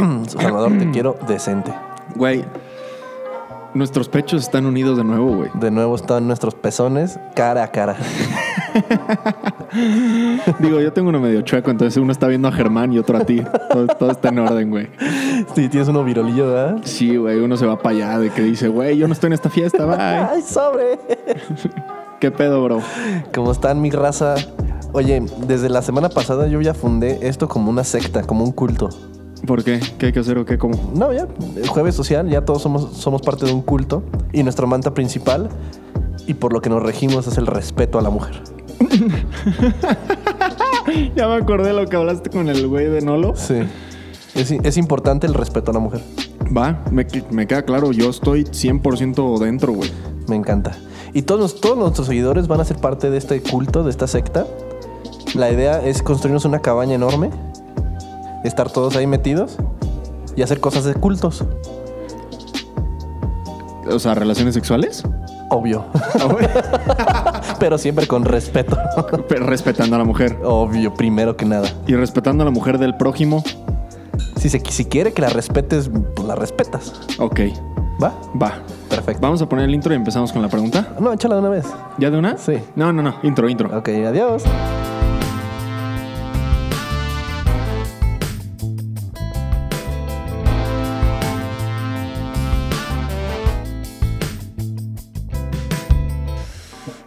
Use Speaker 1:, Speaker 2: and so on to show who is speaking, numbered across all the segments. Speaker 1: Mm, Salvador, te quiero decente.
Speaker 2: Güey, nuestros pechos están unidos de nuevo, güey.
Speaker 1: De nuevo están nuestros pezones cara a cara.
Speaker 2: Digo, yo tengo uno medio chueco, entonces uno está viendo a Germán y otro a ti. Todo, todo está en orden, güey.
Speaker 1: Sí, tienes uno virolillo, ¿verdad?
Speaker 2: Sí, güey, uno se va para allá de que dice, güey, yo no estoy en esta fiesta, bye.
Speaker 1: ¡Ay, sobre!
Speaker 2: ¿Qué pedo, bro?
Speaker 1: ¿Cómo están, mi raza? Oye, desde la semana pasada yo ya fundé esto como una secta, como un culto.
Speaker 2: ¿Por qué? ¿Qué hay que hacer o qué? ¿Cómo?
Speaker 1: No, ya, el jueves social, ya todos somos, somos parte de un culto y nuestra manta principal y por lo que nos regimos es el respeto a la mujer.
Speaker 2: Ya me acordé lo que hablaste con el güey de Nolo.
Speaker 1: Sí. Es, es importante el respeto a la mujer.
Speaker 2: Va, me, qu- me queda claro, yo estoy 100% dentro, güey.
Speaker 1: Me encanta. Y todos, nos- todos nuestros seguidores van a ser parte de este culto, de esta secta. La idea es construirnos una cabaña enorme, estar todos ahí metidos y hacer cosas de cultos.
Speaker 2: O sea, relaciones sexuales.
Speaker 1: Obvio.
Speaker 2: Ah,
Speaker 1: Pero siempre con respeto.
Speaker 2: Pero respetando a la mujer.
Speaker 1: Obvio, primero que nada.
Speaker 2: Y respetando a la mujer del prójimo.
Speaker 1: Si, se, si quiere que la respetes, pues la respetas.
Speaker 2: Ok,
Speaker 1: ¿Va?
Speaker 2: va.
Speaker 1: Perfecto.
Speaker 2: Vamos a poner el intro y empezamos con la pregunta.
Speaker 1: No, échala de una vez.
Speaker 2: ¿Ya de una?
Speaker 1: Sí. Ah.
Speaker 2: No, no, no. Intro, intro.
Speaker 1: Ok, adiós.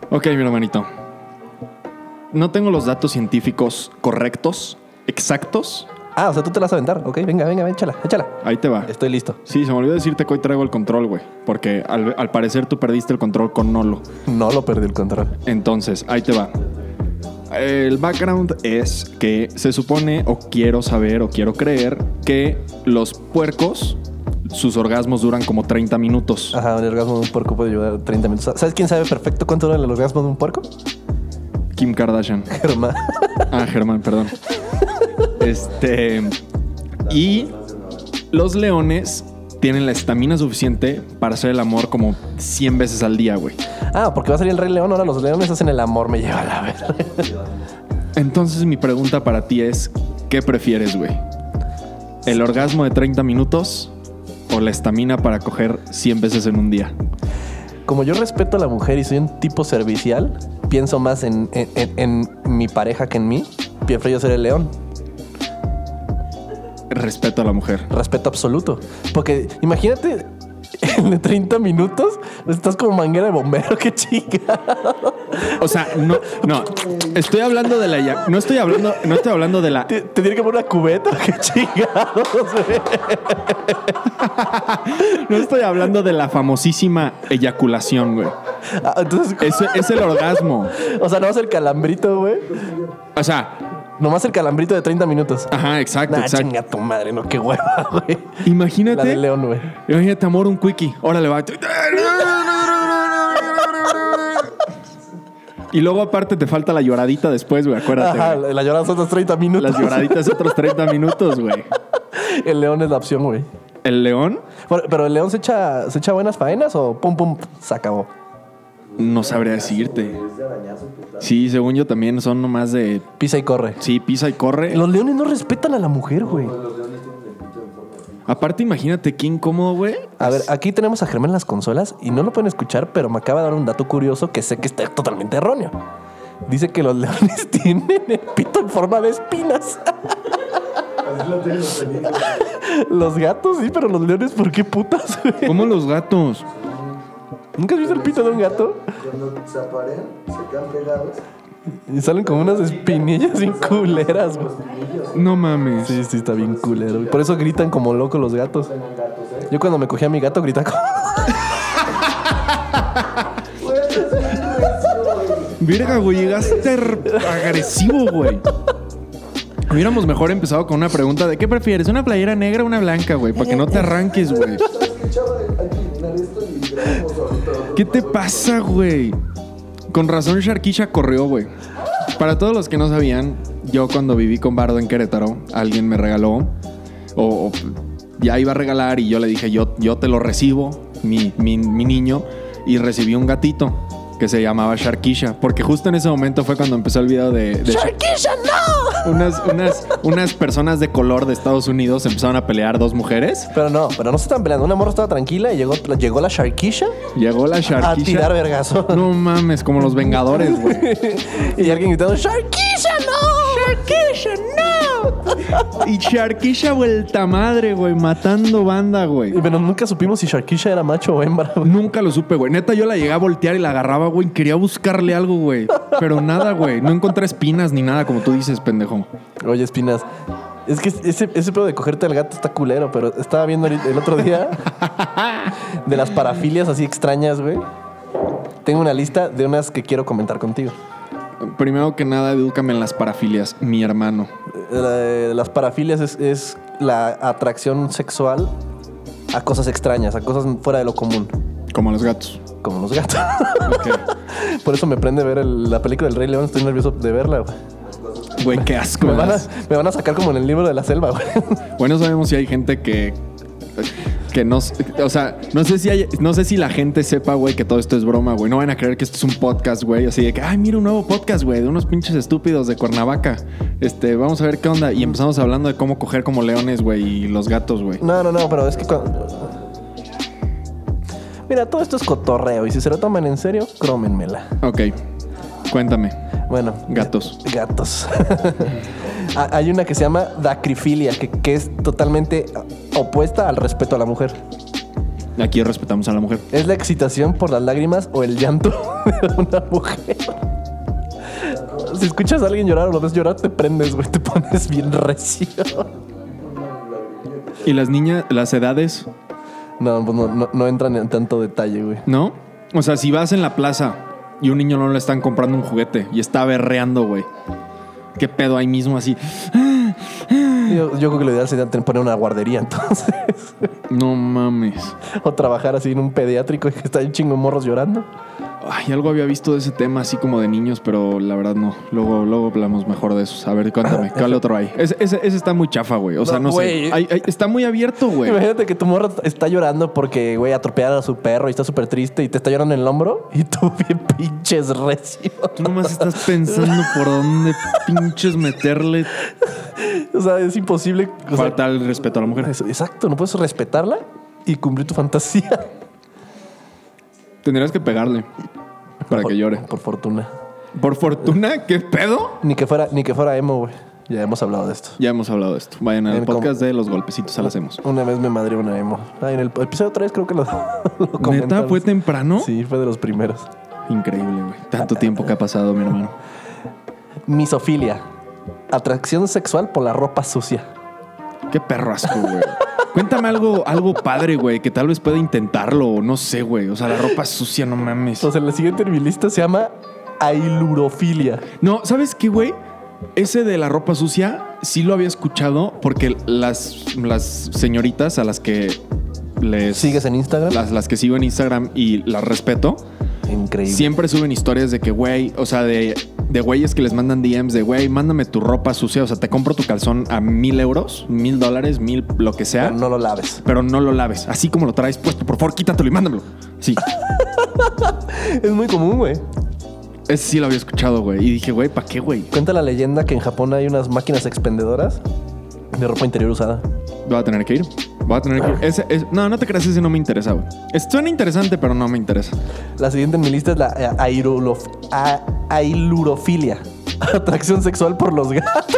Speaker 2: Ok, mi hermanito. No tengo los datos científicos correctos, exactos.
Speaker 1: Ah, o sea, tú te la vas a aventar. Ok, venga, venga, échala, échala.
Speaker 2: Ahí te va.
Speaker 1: Estoy listo.
Speaker 2: Sí, se me olvidó decirte que hoy traigo el control, güey. Porque al, al parecer tú perdiste el control con Nolo.
Speaker 1: No lo perdí el control.
Speaker 2: Entonces, ahí te va. El background es que se supone, o quiero saber, o quiero creer, que los puercos, sus orgasmos duran como 30 minutos.
Speaker 1: Ajá, el orgasmo de un puerco puede llevar 30 minutos. ¿Sabes quién sabe perfecto cuánto dura el orgasmo de un puerco?
Speaker 2: Kim Kardashian.
Speaker 1: Germán.
Speaker 2: Ah, Germán, perdón. Este. Y los leones tienen la estamina suficiente para hacer el amor como 100 veces al día, güey.
Speaker 1: Ah, porque va a salir el Rey León. Ahora los leones hacen el amor, me lleva la verga.
Speaker 2: Entonces, mi pregunta para ti es: ¿qué prefieres, güey? ¿El orgasmo de 30 minutos o la estamina para coger 100 veces en un día?
Speaker 1: Como yo respeto a la mujer y soy un tipo servicial, pienso más en, en- en- en mi pareja que en mí. Prefiero yo ser el león.
Speaker 2: Respeto a la mujer.
Speaker 1: Respeto absoluto. Porque imagínate, el de 30 minutos, estás como manguera de bombero, qué chica.
Speaker 2: O sea, no, no. Estoy hablando de la. ya- No estoy hablando, no estoy hablando de la
Speaker 1: Te, te tiene que poner una cubeta, qué chingados. güey.
Speaker 2: No estoy hablando de la famosísima eyaculación, güey.
Speaker 1: Ah, entonces,
Speaker 2: Es, es el orgasmo.
Speaker 1: o sea, no vas el calambrito, güey.
Speaker 2: O sea,
Speaker 1: Nomás el calambrito de 30 minutos.
Speaker 2: ajá, exacto,
Speaker 1: Nah,
Speaker 2: exacto.
Speaker 1: chinga tu madre, no, qué hueva, güey. La de
Speaker 2: Imagínate,
Speaker 1: León, güey.
Speaker 2: imagínate, amor, un quickie. Órale, va. Y luego, aparte, te falta la lloradita después, güey. Acuérdate.
Speaker 1: Ajá,
Speaker 2: güey.
Speaker 1: la la llorada son otros 30 minutos.
Speaker 2: Las lloraditas otros 30 minutos, güey.
Speaker 1: El león es la opción, güey.
Speaker 2: El león,
Speaker 1: Pero, pero el león se echa, se echa buenas faenas o pum, pum, se acabó.
Speaker 2: no sabría decirte. Sí, según yo también son nomás de.
Speaker 1: Pisa y corre.
Speaker 2: Sí, pisa y corre.
Speaker 1: Los leones no respetan a la mujer, güey.
Speaker 2: Aparte, imagínate qué incómodo, güey.
Speaker 1: A ver,
Speaker 3: Pues,
Speaker 1: aquí tenemos a Germán en las consolas y no lo pueden escuchar, pero me acaba de dar un dato curioso que sé que está totalmente erróneo. Dice que los leones tienen el pito en forma de espinas. los gatos sí, pero los leones, ¿por qué putas? güey?
Speaker 2: Como los gatos.
Speaker 1: ¿Nunca has visto el pito de un gato?
Speaker 3: Cuando se aparean, se quedan pegados.
Speaker 1: Y salen como unas espinillas bien culeras, güey.
Speaker 2: No mames.
Speaker 1: Sí, sí, está bien culero. güey. Por eso gritan como locos los gatos.
Speaker 3: ¿eh?
Speaker 1: Yo cuando me cogí a mi gato gritaba como...
Speaker 2: Verga, güey, llegaste r- agresivo, güey. Hubiéramos mejor empezado con una pregunta de ¿qué prefieres? ¿Una playera negra o una blanca, güey? Para que no te arranques, güey.
Speaker 3: ¿Sabes qué, chava? Hay que eliminar esto y grabamos ahorita. otro.
Speaker 2: ¿Qué te pasa, güey? Con razón Sharkisha corrió, güey. Para todos los que no sabían, yo cuando viví con Bardo en Querétaro, alguien me regaló, o, o ya iba a regalar y yo le dije, yo, yo te lo recibo, mi, mi- mi niño, y recibí un gatito que se llamaba Sharkisha, porque justo en ese momento fue cuando empezó el video de... de Shar-
Speaker 1: ¡Sharkisha, no!
Speaker 2: unas, unas, unas personas de color de Estados Unidos empezaron a pelear dos mujeres.
Speaker 1: Pero no, pero no se están peleando. Una morra estaba tranquila y llegó, llegó la Sharkisha
Speaker 2: Llegó la Sharkisha.
Speaker 1: a tirar vergazo.
Speaker 2: No mames, como los Vengadores, güey.
Speaker 1: y alguien gritando, ¡Sharkisha, no! ¡Sharkisha, no!
Speaker 2: Y Sharkisha vuelta madre, güey, matando banda, güey.
Speaker 1: Pero nunca supimos si Sharkisha era macho o hembra. güey.
Speaker 2: Nunca lo supe, güey. Neta, yo la llegué a voltear y la agarraba, güey. Quería buscarle algo, güey. Pero nada, güey. No encontré espinas ni nada, como tú dices, pendejo.
Speaker 1: Oye, Espinas, es que ese, ese pedo de cogerte al gato está culero, pero estaba viendo el, el otro día de las parafilias así extrañas, güey. Tengo una lista de unas que quiero comentar contigo.
Speaker 2: Primero que nada, edúcame en las parafilias, mi hermano.
Speaker 1: Eh, las parafilias es, es la atracción sexual a cosas extrañas, a cosas fuera de lo común,
Speaker 2: Como los gatos.
Speaker 1: como los gatos.
Speaker 2: Ok.
Speaker 1: Por eso me prende ver el- la película del Rey León, estoy nervioso de verla, güey.
Speaker 2: Güey, qué asco.
Speaker 1: Me, van a-
Speaker 2: ¿verdad?
Speaker 1: me van a sacar como en el libro de la selva, güey.
Speaker 2: Bueno, sabemos si hay gente que. Que no. O sea, no sé si hay, no sé si la gente sepa, güey, que todo esto es broma, güey. No van a creer que esto es un podcast, güey. Así de que, ay, mira un nuevo podcast, güey, de unos pinches estúpidos de Cuernavaca. Este, vamos a ver qué onda. Y empezamos hablando de cómo coger como leones, güey, y los gatos, güey.
Speaker 1: No, no, no, pero es que cuando... Mira, todo esto es cotorreo y si se lo toman en serio, crómenmela.
Speaker 2: Ok. Cuéntame.
Speaker 1: Bueno.
Speaker 2: Gatos.
Speaker 1: Gatos. Ha- Hay una que se llama dacrifilia, que, que es totalmente opuesta al respeto a la mujer.
Speaker 2: Aquí respetamos a la mujer.
Speaker 1: Es la excitación por las lágrimas o el llanto de una mujer. Si escuchas a alguien llorar o lo ves llorar, te prendes, güey, te pones bien recio.
Speaker 2: ¿Y las niñas, las edades?
Speaker 1: No, pues no, no, no entran en tanto detalle, güey.
Speaker 2: ¿No? O sea, si vas en la plaza y un niño no le están comprando un juguete y está berreando, güey. ¿Qué pedo ahí mismo así?
Speaker 1: Yo, yo creo que lo ideal sería tener- poner una guardería, entonces.
Speaker 2: No mames.
Speaker 1: O trabajar así en un pediátrico y que está un chingo de morros llorando.
Speaker 2: Ay, algo había visto de ese tema así como de niños, pero la verdad no. Luego, luego hablamos mejor de eso. A ver, cuéntame, ¿cuál otro hay? Ese, ese- ese está muy chafa, güey. O sea,
Speaker 1: No,
Speaker 2: no,
Speaker 1: güey.
Speaker 2: sé. Ay, ay, está muy abierto, güey.
Speaker 1: Imagínate que tu morro está llorando porque, güey, atropellaron a su perro y está súper triste y te está llorando en el hombro y tú bien pinches recio.
Speaker 2: Tú nomás estás pensando por dónde pinches meterle.
Speaker 1: O sea, es imposible. o sea,
Speaker 2: Falta el respeto a la mujer.
Speaker 1: eso- exacto, no puedes respetarla y cumplir tu fantasía.
Speaker 2: Tendrías que pegarle para
Speaker 1: Por-
Speaker 2: que llore.
Speaker 1: Por fortuna.
Speaker 2: Por fortuna, ¿qué pedo?
Speaker 1: Ni que fuera, ni que fuera emo, güey. Ya hemos hablado de esto.
Speaker 2: Ya hemos hablado de esto. Vayan al
Speaker 1: Ven, ¿cómo?
Speaker 2: podcast de los golpecitos a las hemos.
Speaker 1: Una vez me madrió una emo. Ah, en el episodio 3 creo que lo, lo
Speaker 2: ¿Neta?
Speaker 1: comentamos.
Speaker 2: ¿Fue temprano?
Speaker 1: Sí, fue de los primeros.
Speaker 2: Increíble, güey. Tanto tiempo que ha pasado, mi hermano.
Speaker 1: Misofilia. Atracción sexual por la ropa sucia.
Speaker 2: Qué perro asco, güey. Cuéntame algo, algo padre, güey, que tal vez pueda intentarlo, o no sé, güey. O sea, la ropa sucia, no mames.
Speaker 1: Entonces, la siguiente en mi lista se llama ailurofilia.
Speaker 2: No, ¿sabes qué, güey? Ese de la ropa sucia sí lo había escuchado porque las, las señoritas a las que les...
Speaker 1: ¿Sigues en Instagram?
Speaker 2: Las, las que sigo en Instagram y las respeto,
Speaker 1: Increíble.
Speaker 2: siempre suben historias de que, güey, o sea, de, de güeyes que les mandan DMs de, güey, mándame tu ropa sucia, o sea, te compro tu calzón a mil euros, mil dólares, mil, lo que sea.
Speaker 1: Pero no lo laves.
Speaker 2: pero no lo laves. Así como lo traes puesto, por favor, quítatelo y mándamelo. Sí,
Speaker 1: Es muy común, güey.
Speaker 2: ese sí lo había escuchado, güey. Y dije, güey, ¿para qué, güey?
Speaker 1: Cuenta la leyenda que en Japón hay unas máquinas expendedoras de ropa interior usada.
Speaker 2: Voy a tener que ir. Voy a tener que ir. Ese, ese- no, no te creas, ese no me interesa, güey. Es- Suena interesante, pero no me interesa.
Speaker 1: La siguiente en mi lista es la eh, airulof- a- ailurofilia. Atracción sexual por los gatos.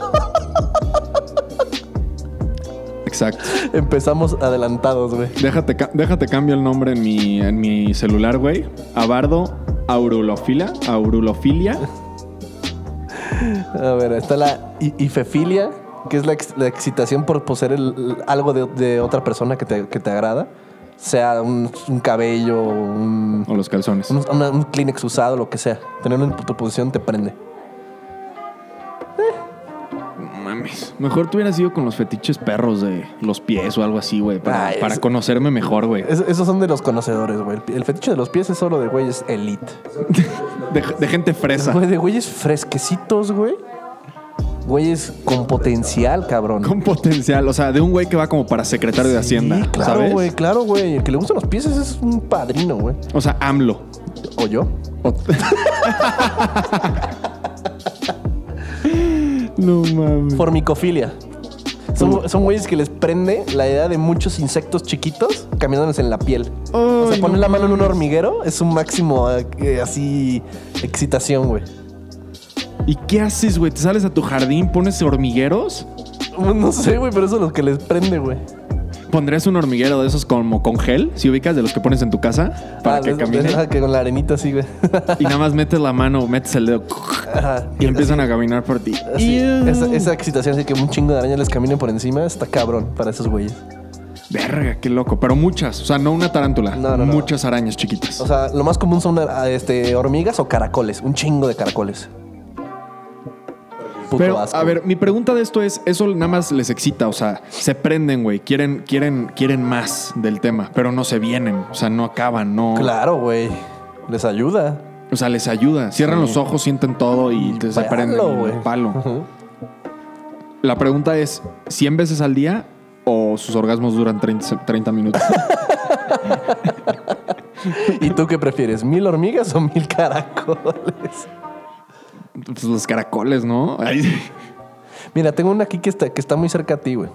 Speaker 2: Exacto.
Speaker 1: Empezamos adelantados, güey.
Speaker 2: Déjate, ca- déjate cambio el nombre en mi, en mi celular, güey. Abardo aurulofila, aurulofilia.
Speaker 1: A ver, está la i- ifefilia, que es la, ex- la excitación por poseer el- algo de, de otra persona que te, que te agrada. Sea un, un cabello, un,
Speaker 2: O los calzones.
Speaker 1: un, una- un Kleenex usado, lo que sea. Tenerlo en tu posición te prende.
Speaker 2: Mames. Mejor tú hubieras ido con los fetiches perros de los pies o algo así, güey. Para,
Speaker 1: Ay,
Speaker 2: para
Speaker 1: es-
Speaker 2: conocerme mejor, güey.
Speaker 1: Es- esos son de los conocedores, güey. El, el fetiche de los pies es solo de güeyes elite.
Speaker 2: De, de gente fresa.
Speaker 1: Güey, de güeyes fresquecitos, güey. Güeyes con potencial, cabrón.
Speaker 2: Con potencial, o sea, de un güey que va como para secretario de Hacienda.
Speaker 1: Sí, claro,
Speaker 2: ¿sabes?
Speaker 1: güey, claro, güey. El que le gustan los pies ese es un padrino, güey.
Speaker 2: O sea, AMLO.
Speaker 1: O yo.
Speaker 2: O- no
Speaker 1: Mm.
Speaker 2: mames.
Speaker 1: Formicofilia. Son, son güeyes que les prende la idea de muchos insectos chiquitos caminándoles en la piel. o sea,
Speaker 2: Ay,
Speaker 1: poner
Speaker 2: no
Speaker 1: la mano en un
Speaker 2: mames.
Speaker 1: hormiguero es un máximo eh, así excitación, güey.
Speaker 2: ¿Y qué haces, güey? ¿Te sales a tu jardín, pones hormigueros?
Speaker 1: No sé, güey, pero eso es lo que les prende, güey.
Speaker 2: ¿Pondrías un hormiguero de esos como con gel? Si ubicas de los que pones en tu casa para
Speaker 1: Ah,
Speaker 2: que
Speaker 1: les-
Speaker 2: camine.
Speaker 1: les- ah, que con la arenita así, güey.
Speaker 2: Y nada más metes la mano, metes el dedo
Speaker 1: Ajá.
Speaker 2: y empiezan a caminar por ti.
Speaker 1: Así.
Speaker 2: Ew.
Speaker 1: Esa, esa excitación así que un chingo de arañas les caminen por encima está cabrón para esos güeyes.
Speaker 2: Verga, qué loco. Pero muchas, o sea, no una tarántula.
Speaker 1: No, no, no.
Speaker 2: muchas arañas chiquitas.
Speaker 1: O sea, lo más común son ah, este, hormigas o caracoles. Un chingo de caracoles. Puto
Speaker 2: Pero,
Speaker 1: asco.
Speaker 2: a ver, mi pregunta de esto es, eso nada más les excita, o sea, se prenden, güey, quieren, quieren, quieren más del tema, pero no se vienen, o sea, no acaban, no...
Speaker 1: Claro, güey. Les ayuda.
Speaker 2: O sea, les ayuda, cierran los ojos, sienten todo y te- se
Speaker 1: palo,
Speaker 2: prenden en el
Speaker 1: güey.
Speaker 2: palo.
Speaker 1: Ujú.
Speaker 2: La pregunta es, ¿100 veces al día o sus orgasmos duran 30, se- 30 minutos?
Speaker 1: ¿Y tú qué prefieres? ¿Mil hormigas o mil caracoles?
Speaker 2: Pues los caracoles, ¿no? Ay,
Speaker 1: Mira, tengo una aquí que está, que está muy cerca a ti, güey.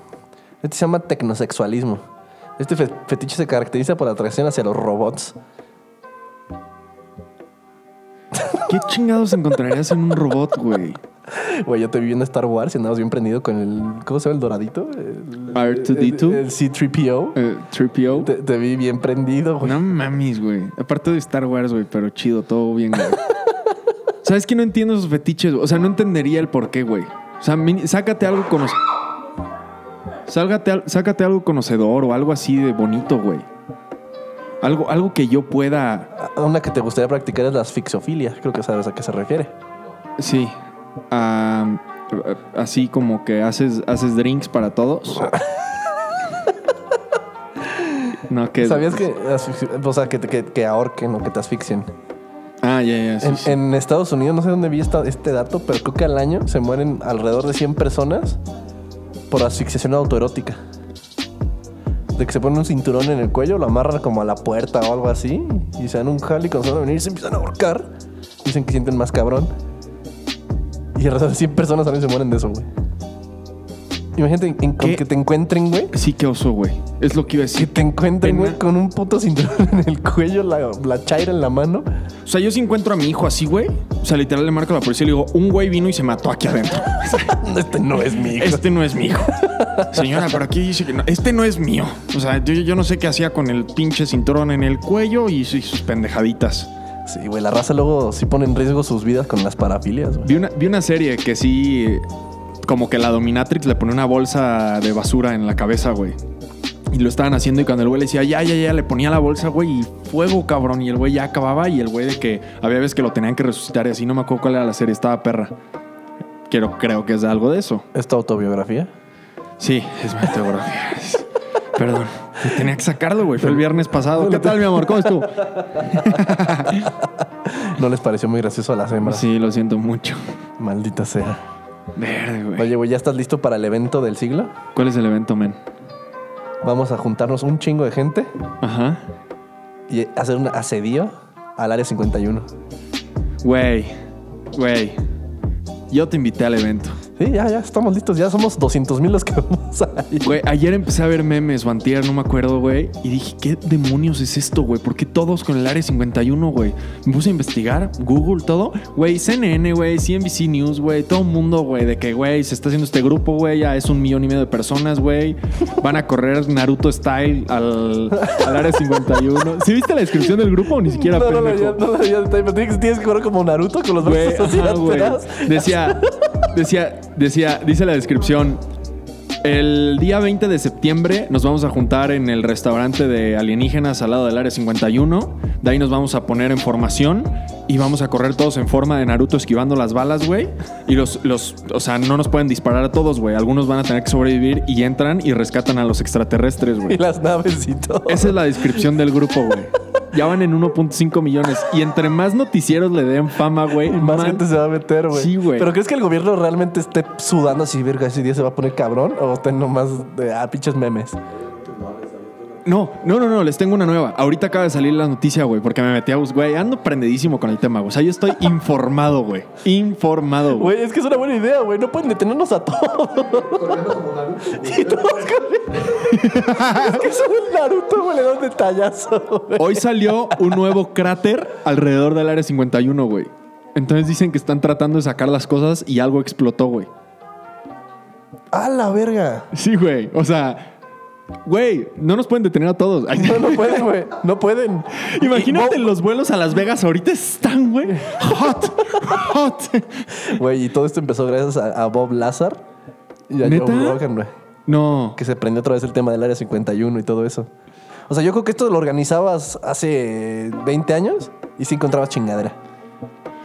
Speaker 1: Este se llama tecnosexualismo. Este fe- fetiche se caracteriza por atracción hacia los robots.
Speaker 2: ¿Qué chingados encontrarías en un robot, güey?
Speaker 1: Güey, yo te vi viendo Star Wars y andabas bien prendido con el. ¿Cómo se llama el doradito? El,
Speaker 2: R2D2?
Speaker 1: el- el C3PO.
Speaker 2: Eh, 3PO.
Speaker 1: Te, te vi bien prendido, güey.
Speaker 2: No mames, güey. Aparte de Star Wars, güey, pero chido, todo bien, güey. ¿Sabes que no entiendo esos fetiches? güey? O sea, no entendería el por qué, güey. O sea, mini- sácate algo conocedor. sácate algo conocedor o algo así de bonito, güey. Algo, algo que yo pueda.
Speaker 1: A- Una que te gustaría practicar es la asfixofilia. Creo que sabes a qué se refiere.
Speaker 2: Sí. Ah, así como que haces, haces drinks para todos. No, que.
Speaker 1: ¿Sabías que, asfixi- o sea, que, te- que, que ahorquen o que te asfixien?
Speaker 2: Ah, ya, ya. sí,
Speaker 1: En,
Speaker 2: sí.
Speaker 1: en Estados Unidos, no sé dónde vi esta- este dato, pero creo que al año se mueren alrededor de 100 personas por asfixiación autoerótica. De que se ponen un cinturón en el cuello, lo amarran como a la puerta o algo así, y se dan un jal y con solo venir se empiezan a ahorcar. Dicen que sienten más cabrón. Y alrededor de 100 personas también se mueren de eso, güey. Imagínate en- en- con
Speaker 2: ¿Qué?
Speaker 1: que te encuentren, güey.
Speaker 2: Sí, qué oso, güey. Es lo que iba a decir.
Speaker 1: Que te encuentren,
Speaker 2: Pena.
Speaker 1: güey, con un puto cinturón en el cuello, la, la chaira en la mano.
Speaker 2: O sea, yo si encuentro a mi hijo así, güey. O sea, literal le marco a la policía y le digo, un güey vino y se mató aquí adentro.
Speaker 1: Este no es mi hijo.
Speaker 2: Este no es mi hijo. Señora, pero aquí dice que no. Este no es mío. O sea, yo, yo no sé qué hacía con el pinche cinturón en el cuello y, sus- sus pendejaditas.
Speaker 1: Sí, güey, la raza luego sí pone en riesgo sus vidas con las parafilias, güey.
Speaker 2: Vi una, vi una serie que sí, eh, como que la dominatrix le pone una bolsa de basura en la cabeza, güey. Y lo estaban haciendo y cuando el güey le decía, ya, ya, ya, le ponía la bolsa, güey, y fuego, cabrón. Y el güey ya acababa y el güey de que había veces que lo tenían que resucitar y así, no me acuerdo cuál era la serie, estaba perra. Quiero, creo que es algo de eso.
Speaker 1: ¿Es tu autobiografía?
Speaker 2: Sí, es mi autografía. Perdón, tenía que sacarlo, güey. Fue el viernes pasado. ¿Qué tal, mi amor? ¿Cómo estuvo?
Speaker 1: ¿No les pareció muy gracioso a las hembras?
Speaker 2: Sí, lo siento mucho.
Speaker 1: Maldita sea.
Speaker 2: Verde, güey.
Speaker 1: Oye, güey, ¿ya estás listo para el evento del siglo?
Speaker 2: ¿Cuál es el evento, men?
Speaker 1: Vamos a juntarnos un chingo de gente
Speaker 2: Ajá.
Speaker 1: y hacer un asedio al área 51.
Speaker 2: Güey, güey. Yo te invité al evento.
Speaker 1: Sí, ya, ya, estamos listos. Ya somos 200 mil los que vamos a ir.
Speaker 2: Güey, ayer empecé a ver memes o antier, no me acuerdo, güey. Y dije, ¿qué demonios es esto, güey? ¿Por qué todos con el área 51, güey? Me puse a investigar, Google, todo. Güey, CNN, güey, CNBC News, güey. Todo el mundo, güey, de que, güey, se está haciendo este grupo, güey. Ya es un millón y medio de personas, güey. Van a correr Naruto Style al, al área 51. ¿Sí viste la descripción del grupo o ni siquiera,
Speaker 1: no, no, la
Speaker 2: pendejo?
Speaker 1: veía- no, la veía de detalle, pero tienes, tienes que correr como Naruto con los
Speaker 2: Güey,
Speaker 1: brazos así
Speaker 2: ajá, güey.
Speaker 1: atrás.
Speaker 2: Decía, decía, decía, dice la descripción. El día 20 de septiembre nos vamos a juntar en el restaurante de alienígenas al lado del área 51. De ahí nos vamos a poner en formación y vamos a correr todos en forma de Naruto esquivando las balas, güey. Y los, los, o sea, no nos pueden disparar a todos, güey. Algunos van a tener que sobrevivir y entran y rescatan a los extraterrestres, güey.
Speaker 1: Y las naves y todo.
Speaker 2: Esa es la descripción del grupo, güey. Ya van en 1.5 millones. Y entre más noticieros le den fama, güey,
Speaker 1: Y más
Speaker 2: man-
Speaker 1: gente se va a meter, güey.
Speaker 2: Sí, güey.
Speaker 1: Pero ¿crees que el gobierno realmente esté sudando así, verga, ese día se va a poner cabrón? ¿O estén nomás de ah, pinches memes?
Speaker 2: no, no, no, no, les tengo una nueva. Ahorita acaba de salir la noticia, güey, porque me metí a buscar, güey, ando prendidísimo con el tema, güey. O sea, yo estoy informado, güey. Informado, güey.
Speaker 1: Güey, es que es una buena idea, güey. No pueden detenernos a todos.
Speaker 3: Corriendo como Naruto.
Speaker 1: Y todos corren. es que eso del Naruto, güey, le da un detallazo, güey.
Speaker 2: Hoy salió un nuevo cráter alrededor del área 51, güey. Entonces dicen que están tratando de sacar las cosas y algo explotó, güey.
Speaker 1: A la verga.
Speaker 2: Sí, güey. O sea, güey, no nos pueden detener a todos. Ay,
Speaker 1: No, no pueden, güey. No pueden.
Speaker 2: Imagínate
Speaker 1: Y-
Speaker 2: los vuelos a Las Vegas ahorita están, güey. Hot, hot.
Speaker 1: Güey, y todo esto empezó gracias a, a Bob Lazar y a
Speaker 2: ¿Neta?
Speaker 1: Joe Rogan, güey.
Speaker 2: No.
Speaker 1: Que se prendió otra vez el tema del Área 51 y todo eso. O sea, yo creo que esto lo organizabas hace 20 años y sí encontrabas chingadera.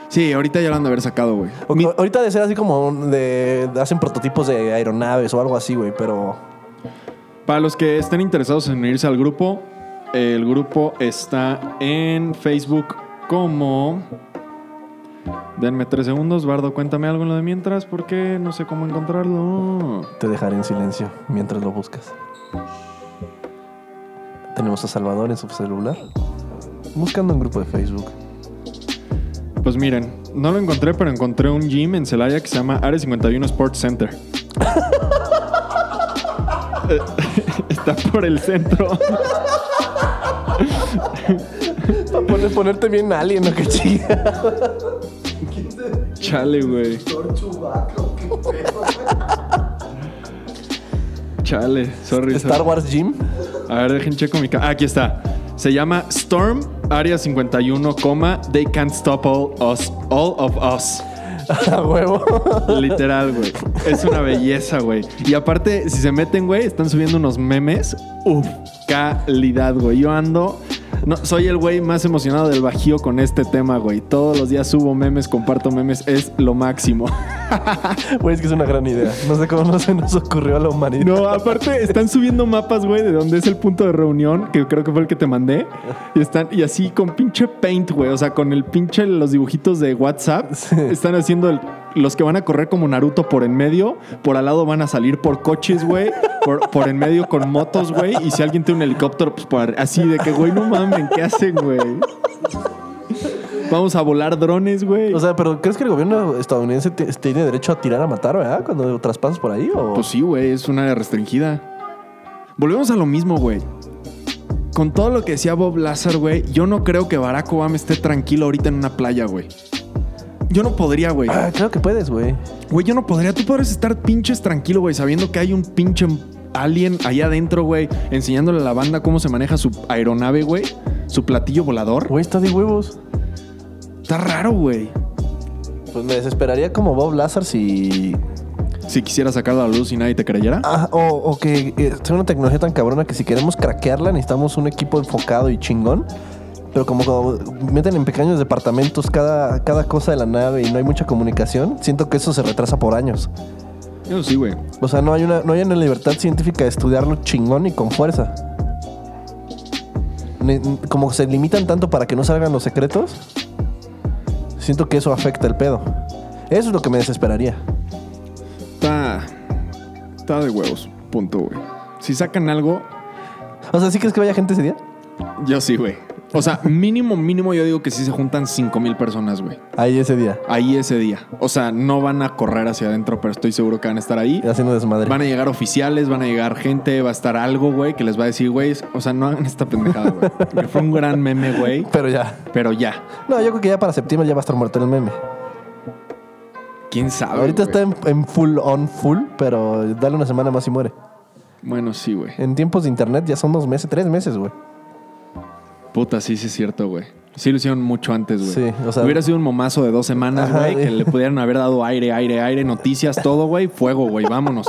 Speaker 2: Sí, ahorita ya lo han de haber sacado, güey.
Speaker 1: O-
Speaker 2: Mi-
Speaker 1: Ahorita de ser así como un- de... Hacen prototipos de aeronaves o algo así, güey, pero...
Speaker 2: Para los que estén interesados en unirse al grupo, el grupo está en Facebook como. Denme tres segundos, Bardo, cuéntame algo en lo de mientras, porque no sé cómo encontrarlo.
Speaker 1: Te dejaré en silencio mientras lo buscas. Tenemos a Salvador en su celular. Buscando un grupo de Facebook.
Speaker 2: Pues miren, no lo encontré, pero encontré un gym en Celaya que se llama Área 51 Sports Center. Eh, está por el centro.
Speaker 1: ponerte bien alien, ¿no? Qué chica.
Speaker 3: ¿Quién se
Speaker 2: Chale, güey.
Speaker 3: Thor Chewbacca o qué pedo?
Speaker 2: Chale, sorry.
Speaker 1: Star
Speaker 2: sorry.
Speaker 1: Wars Gym.
Speaker 2: A ver, dejen checo mi cámara. Aquí está. Se llama Storm Área 51, coma, They Can't Stop All Us, All of Us.
Speaker 1: A huevo.
Speaker 2: Literal, güey. Es una belleza, güey. Y aparte, si se meten, güey, están subiendo unos memes. Uf, calidad, güey. Yo ando. No, soy el güey más emocionado del bajío con este tema, güey. Todos los días subo memes, comparto memes, es lo máximo.
Speaker 1: Güey, es que es una gran idea. No sé cómo no se nos ocurrió a la humanidad.
Speaker 2: No, aparte están subiendo mapas, güey, de dónde es el punto de reunión, que creo que fue el que te mandé. Y están y así con pinche paint, güey, o sea, con el pinche los dibujitos de WhatsApp,
Speaker 1: Sí.
Speaker 2: están haciendo el- los que van a correr como Naruto por en medio, por al lado van a salir por coches, güey, por, por en medio con motos, güey, y si alguien tiene un helicóptero, pues por así de que, güey, no mamen, ¿qué hacen, güey? Vamos a volar drones, güey.
Speaker 1: O sea, pero ¿crees que el gobierno estadounidense te- tiene derecho a tirar a matar, verdad? Cuando traspasas por ahí o...
Speaker 2: Pues sí, güey, es un área restringida. Volvemos a lo mismo, güey. Con todo lo que decía Bob Lazar, güey, yo no creo que Barack Obama esté tranquilo ahorita en una playa, güey. Yo no podría, güey.
Speaker 1: Ah, claro que puedes, güey.
Speaker 2: Güey, yo no podría. Tú podrías estar pinches tranquilo, güey, sabiendo que hay un pinche alien allá adentro, güey, enseñándole a la banda cómo se maneja su aeronave, güey, su platillo volador.
Speaker 1: Güey, está de huevos.
Speaker 2: Está raro, güey.
Speaker 1: Pues me desesperaría como Bob Lazar si
Speaker 2: Si quisiera sacarlo a la luz y nadie te creyera.
Speaker 1: Ah, o, o que eh, sea una tecnología tan cabrona que si queremos craquearla necesitamos un equipo enfocado y chingón. Pero como, como meten en pequeños departamentos cada, cada cosa de la nave y no hay mucha comunicación, siento que eso se retrasa por años.
Speaker 2: Yo sí, güey.
Speaker 1: O sea, no hay una, no hay una libertad científica de estudiarlo chingón y con fuerza. Ne- Como se limitan tanto para que no salgan los secretos, siento que eso afecta el pedo. Eso es lo que me desesperaría.
Speaker 2: Está. Está de huevos. Punto, güey. Si sacan algo,
Speaker 1: O sea, ¿sí crees que vaya gente ese día?
Speaker 2: yo sí, güey. O sea, mínimo, mínimo, yo digo que sí se juntan 5 mil personas, güey.
Speaker 1: Ahí ese día,
Speaker 2: Ahí ese día. O sea, no van a correr hacia adentro, pero estoy seguro que van a estar ahí.
Speaker 1: haciendo desmadre.
Speaker 2: Van a llegar oficiales, van a llegar gente, va a estar algo, güey, que les va a decir, güey, o sea, no hagan esta pendejada, güey. Que Fue un gran meme, güey.
Speaker 1: Pero ya.
Speaker 2: Pero ya.
Speaker 1: No, yo creo que ya para septiembre ya va a estar muerto el meme.
Speaker 2: ¿Quién sabe?
Speaker 1: Ahorita
Speaker 2: güey?
Speaker 1: está en, en full on full, pero dale una semana más y muere.
Speaker 2: Bueno, sí, güey.
Speaker 1: En tiempos de internet ya son dos meses, tres meses, güey.
Speaker 2: Puta, sí, sí es cierto, güey. Sí lo hicieron mucho antes, güey.
Speaker 1: Sí, o sea-
Speaker 2: Hubiera sido un momazo de dos semanas,
Speaker 1: Ajá,
Speaker 2: güey, que
Speaker 1: güey.
Speaker 2: le pudieran haber dado aire, aire, aire, noticias, todo, güey. Fuego, güey, vámonos.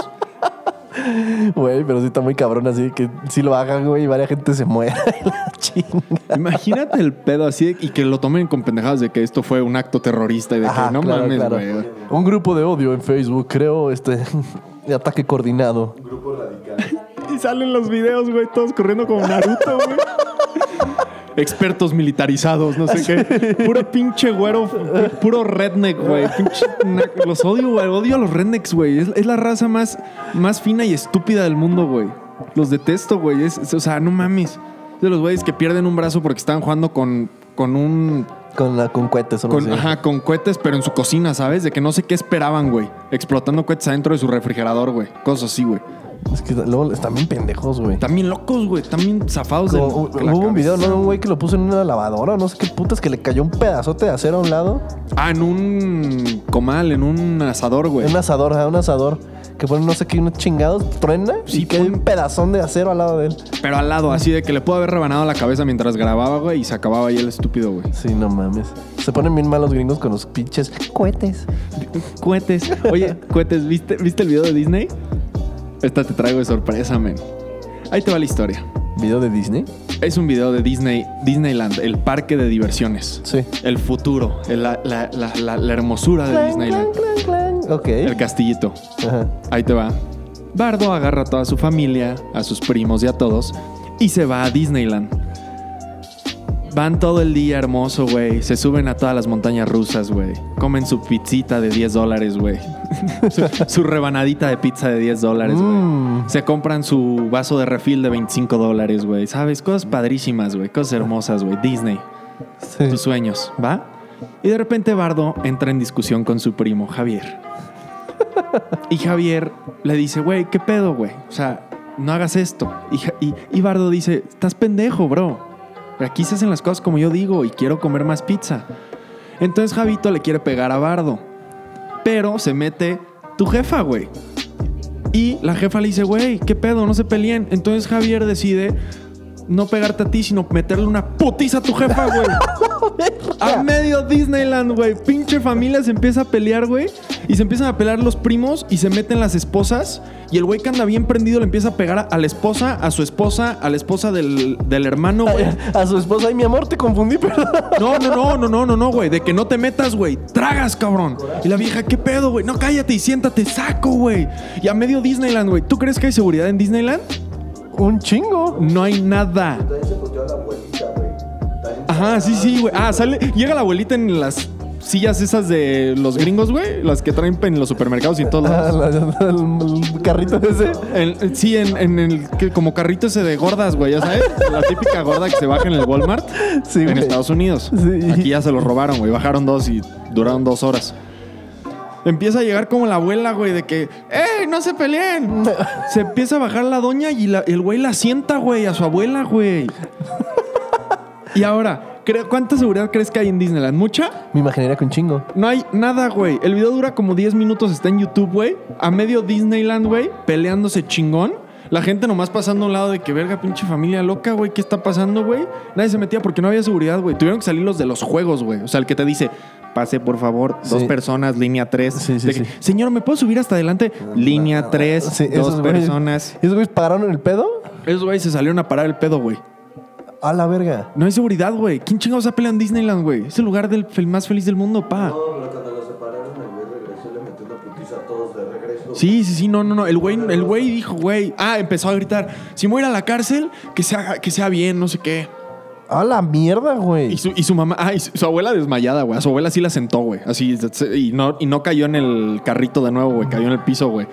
Speaker 1: Güey, pero sí está muy cabrón así que si lo hagan, güey, y varias gente se muera. La chinga.
Speaker 2: Imagínate el pedo así de- y que lo tomen con pendejadas de que esto fue un acto terrorista y de
Speaker 1: Ajá,
Speaker 2: que no
Speaker 1: claro,
Speaker 2: mames,
Speaker 1: claro.
Speaker 2: güey.
Speaker 1: Un grupo de odio en Facebook, creo, este de ataque coordinado.
Speaker 3: Grupo radical.
Speaker 2: Y salen los videos, güey, todos corriendo como Naruto, güey. Expertos militarizados, no sé qué. Puro pinche güero, puro redneck, güey. Pinche na- Los odio, güey. Odio a los rednecks, güey. Es, es la raza más, más fina y estúpida del mundo, güey. Los detesto, güey. Es- es- o sea, no mames. De los güeyes que pierden un brazo porque estaban jugando con, con un.
Speaker 1: Con, la, con cohetes o no
Speaker 2: Con,
Speaker 1: sé.
Speaker 2: Ajá, con cohetes, pero en su cocina, ¿sabes? De que no sé qué esperaban, güey. Explotando cohetes adentro de su refrigerador, güey. Cosas así, güey.
Speaker 1: Es que luego están bien pendejos, güey.
Speaker 2: También locos, güey. También zafados de.
Speaker 1: Como,
Speaker 2: la
Speaker 1: hubo un
Speaker 2: cabeza.
Speaker 1: video, ¿no? De un güey que lo puso en una lavadora, no sé qué putas, que le cayó un pedazote de acero a un lado.
Speaker 2: Ah, en un comal, en un asador, güey.
Speaker 1: En un asador, ajá, un asador. Que ponen no sé qué, unos chingados, truena
Speaker 2: Sí,
Speaker 1: y queda
Speaker 2: pon-
Speaker 1: un pedazón de acero al lado de él.
Speaker 2: Pero al lado, así de que le pudo haber rebanado la cabeza mientras grababa, güey, y se acababa ahí el estúpido, güey.
Speaker 1: Sí, no mames. Se ponen bien malos gringos con los pinches cohetes.
Speaker 2: Cohetes. Oye, cohetes, ¿viste, ¿viste el video de Disney? Esta te traigo de sorpresa, men. Ahí te va la historia.
Speaker 1: ¿Video de Disney?
Speaker 2: Es un video de Disney, Disneyland, el parque de diversiones.
Speaker 1: Sí.
Speaker 2: El futuro, el- la, la- la- la- la hermosura de
Speaker 1: Clan, clan,
Speaker 2: Disneyland.
Speaker 1: clan, clan. Ok.
Speaker 2: El castillito.
Speaker 1: Ajá.
Speaker 2: Ahí te va. Bardo agarra a toda su familia, a sus primos y a todos, y se va a Disneyland. Van todo el día hermoso, güey. Se suben a todas las montañas rusas, güey. Comen su pizzita de 10 dólares, güey. su, su rebanadita de pizza de 10 dólares, güey.
Speaker 1: Mm.
Speaker 2: Se compran su vaso de refil de 25 dólares, güey. ¿Sabes? Cosas padrísimas, güey. Cosas hermosas, güey. Disney
Speaker 1: Sí.
Speaker 2: tus sueños, ¿va? Y de repente Bardo entra en discusión con su primo Javier. Y Javier le dice, güey, ¿qué pedo, güey? O sea, no hagas esto. Y, Ja- y- y Bardo dice, estás pendejo, bro. Aquí se hacen las cosas como yo digo y quiero comer más pizza. Entonces Javito le quiere pegar a Bardo. Pero se mete tu jefa, güey. Y la jefa le dice, güey, ¿qué pedo? No se peleen. Entonces Javier decide no pegarte a ti, sino meterle una putiza a tu jefa, güey. a medio Disneyland, güey. Pinche familia se empieza a pelear, güey. Y se empiezan a pelear los primos y se meten las esposas. Y el güey que anda bien prendido le empieza a pegar a, a la esposa, a su esposa, a la esposa del, del hermano, güey.
Speaker 1: A, a su esposa, ay, mi amor, te confundí, perdón.
Speaker 2: No, no, no, no, no, no, no, güey. De que no te metas, güey. Tragas, cabrón. Y la vieja, ¿qué pedo, güey? No, cállate y siéntate, saco, güey. Y a medio Disneyland, güey. ¿Tú crees que hay seguridad en Disneyland?
Speaker 1: Un chingo.
Speaker 2: No hay nada.
Speaker 3: También se cogió a la abuelita, güey. También-
Speaker 2: Ajá, sí, sí, güey. Ah, sale. Llega la abuelita en las sillas esas de los gringos, güey. Las que traen en los supermercados y en todos
Speaker 1: Ah,
Speaker 2: lados.
Speaker 1: la- la- el, el carrito ese.
Speaker 2: En- sí, en, en el que como carrito ese de gordas, güey, ya sabes, la típica gorda que se baja en el Walmart
Speaker 1: Sí,
Speaker 2: en
Speaker 1: güey.
Speaker 2: Estados Unidos.
Speaker 1: Sí.
Speaker 2: Aquí ya se los robaron, güey, bajaron dos y duraron dos horas. Empieza a llegar como la abuela, güey, de que, ¡eh, no se peleen! Se empieza a bajar la doña y la- el güey la sienta, güey, a su abuela, güey. y ahora, creo- ¿cuánta seguridad crees que hay en Disneyland? ¿Mucha?
Speaker 1: Me imaginaría que un chingo.
Speaker 2: No hay nada, güey. El video dura como 10 minutos, está en YouTube, güey. A medio Disneyland, güey, peleándose chingón. La gente nomás pasando a un lado de que verga, pinche familia loca, güey, ¿qué está pasando, güey? Nadie se metía porque no había seguridad, güey. Tuvieron que salir los de los juegos, güey. O sea, el que te dice, pase por favor, dos
Speaker 1: Sí.
Speaker 2: personas, línea 3.
Speaker 1: Sí, sí, sí.
Speaker 2: Señor, ¿me puedo subir hasta adelante? Línea 3,
Speaker 1: Ah, Sí,
Speaker 2: dos
Speaker 1: esos güeyes-
Speaker 2: personas.
Speaker 1: ¿Esos güeyes pararon el pedo?
Speaker 2: Esos güeyes se salieron a parar el pedo, güey.
Speaker 1: A la verga.
Speaker 2: No hay seguridad, güey. ¿Quién chingados ha peleado en Disneyland, güey? Es el lugar del el más feliz del mundo, pa.
Speaker 3: No, pero cuando lo separaron, el güey regresó y le metió una putiza a todos de regreso.
Speaker 2: Sí, sí, sí, no, no, no. El güey, el güey dijo, güey. Ah, empezó a gritar: si me voy a ir a la cárcel, que sea, que sea bien, no sé qué.
Speaker 1: A la mierda,
Speaker 2: Y
Speaker 1: güey.
Speaker 2: su, y su mamá, ah, y su, su abuela desmayada, güey. A su abuela sí la sentó, güey. Así, se- y no, y no cayó en el carrito de nuevo, güey. Cayó en el piso, güey.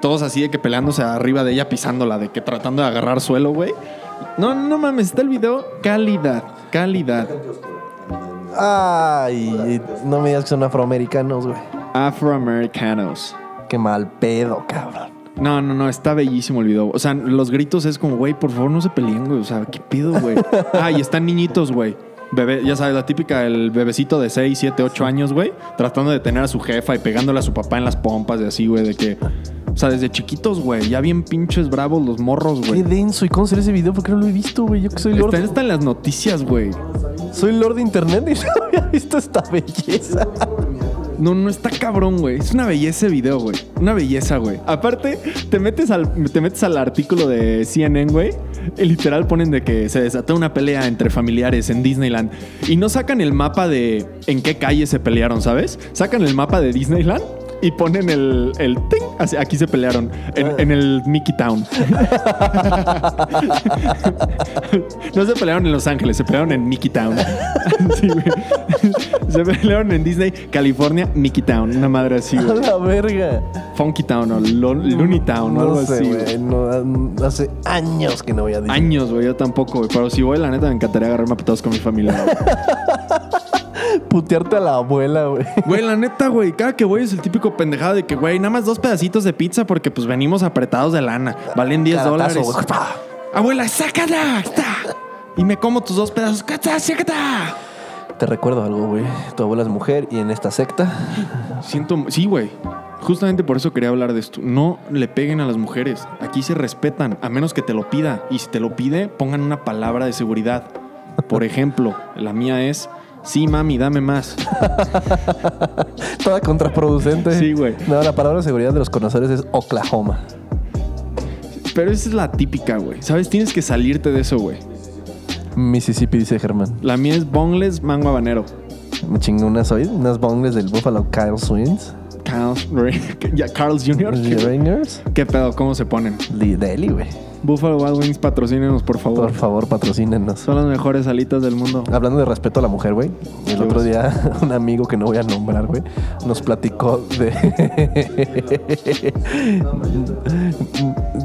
Speaker 2: Todos así de que peleándose arriba de ella, pisándola, de que tratando de agarrar suelo, güey. No, no mames, está el video. Calidad, calidad.
Speaker 1: Ay, no me digas que son afroamericanos, güey.
Speaker 2: Afroamericanos.
Speaker 1: Qué mal pedo, cabrón.
Speaker 2: No, no, no, está bellísimo el video. O sea, los gritos es como, güey, por favor no se peleen, güey. O sea, ¿qué pido, güey? ah, y están niñitos, güey. Bebé, ya sabes, la típica, el bebecito de 6, 7, 8 años, güey, tratando de tener a su jefa y pegándole a su papá en las pompas y así, güey, de que. O sea, desde chiquitos, güey, ya bien pinches bravos los morros,
Speaker 1: Qué
Speaker 2: güey.
Speaker 1: denso. ¿Y cómo será ese video? Porque no lo he visto, güey. Yo que soy lord.
Speaker 2: Están, están en las noticias, güey.
Speaker 1: Soy lord de internet y no había visto esta belleza.
Speaker 2: No, no está cabrón, güey. Es una belleza de video, güey. Una belleza, güey. Aparte, te metes al, te metes al artículo de CNN, güey. Y literal ponen de que se desató una pelea entre familiares en Disneyland. Y no sacan el mapa de en qué calle se pelearon, ¿sabes? Sacan el mapa de Disneyland y ponen el, el ting. Así, aquí se pelearon. En, en el Mickey Town. no se pelearon en Los Ángeles, se pelearon en Mickey Town. Sí, güey. se pelearon en Disney, California, Mickey Town. Una madre así,
Speaker 1: A
Speaker 2: güey.
Speaker 1: la verga.
Speaker 2: Funky Town o Lo- Looney Town
Speaker 1: No
Speaker 2: o algo
Speaker 1: sé,
Speaker 2: así. Mm, güey.
Speaker 1: güey. No, hace años que no voy a Disney.
Speaker 2: Años, güey. Yo tampoco, güey. Pero si voy, la neta, me encantaría agarrarme a patadas con mi familia. güey.
Speaker 1: Putearte a la abuela, güey.
Speaker 2: Güey, la neta, güey, cada que voy es el típico pendejado de que, güey, nada más dos pedacitos de pizza porque pues venimos apretados de lana. Valen 10
Speaker 1: Caratazo,
Speaker 2: dólares.
Speaker 1: güey.
Speaker 2: Abuela, sácala. ¡Está! Y me como tus dos pedazos. ¡Cata, sácata!
Speaker 1: Te recuerdo algo, güey. Tu abuela es mujer y en esta secta.
Speaker 2: Siento... Sí, güey. Justamente por eso quería hablar de esto. No le peguen a las mujeres. Aquí se respetan, a menos que te lo pida. Y si te lo pide, pongan una palabra de seguridad. Por ejemplo, la mía es... Sí, mami, dame más.
Speaker 1: Toda contraproducente.
Speaker 2: Sí, güey.
Speaker 1: No, la palabra de seguridad de los conocedores es Oklahoma.
Speaker 2: Pero esa es la típica, güey. ¿Sabes? Tienes que salirte de eso, güey.
Speaker 1: Mississippi, dice Germán.
Speaker 2: La mía es boneless mango habanero.
Speaker 1: Me chingo unas hoy, unas bongles del Buffalo Kyle Swings.
Speaker 2: Carl's, ya, Carl's Jr.
Speaker 1: Los
Speaker 2: ¿Qué,
Speaker 1: Rangers.
Speaker 2: qué pedo? ¿Cómo se ponen?
Speaker 1: Li- Deli, güey.
Speaker 2: Buffalo Wild Wings, patrocínenos, por favor.
Speaker 1: Por Ah, favor, patrocínenos.
Speaker 2: Son las mejores alitas del mundo.
Speaker 1: Hablando de respeto a la mujer, güey. El
Speaker 2: ¿Qué
Speaker 1: otro
Speaker 2: vas?
Speaker 1: día un amigo que no voy a nombrar, güey, nos platicó de...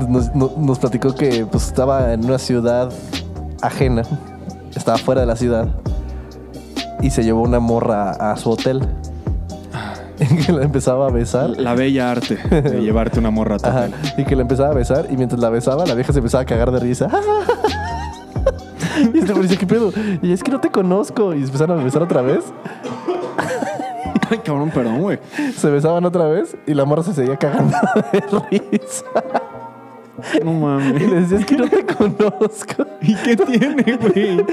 Speaker 1: nos, no- nos platicó que pues, estaba en una ciudad ajena, estaba fuera de la ciudad y se llevó una morra a su hotel que la empezaba a besar.
Speaker 2: La bella arte de llevarte una morra a tu
Speaker 1: Ajá,
Speaker 2: hotel.
Speaker 1: y que la empezaba a besar y mientras la besaba la vieja se empezaba a cagar de risa. y este güey dice, ¿qué pedo? Y es que no te conozco. Y se empezaron a besar otra vez.
Speaker 2: Ay, cabrón, perdón, güey.
Speaker 1: Se besaban otra vez y la morra se seguía cagando de risa.
Speaker 2: No
Speaker 1: Y
Speaker 2: mames.
Speaker 1: le decía, es que no te conozco.
Speaker 2: ¿Y qué tiene, güey?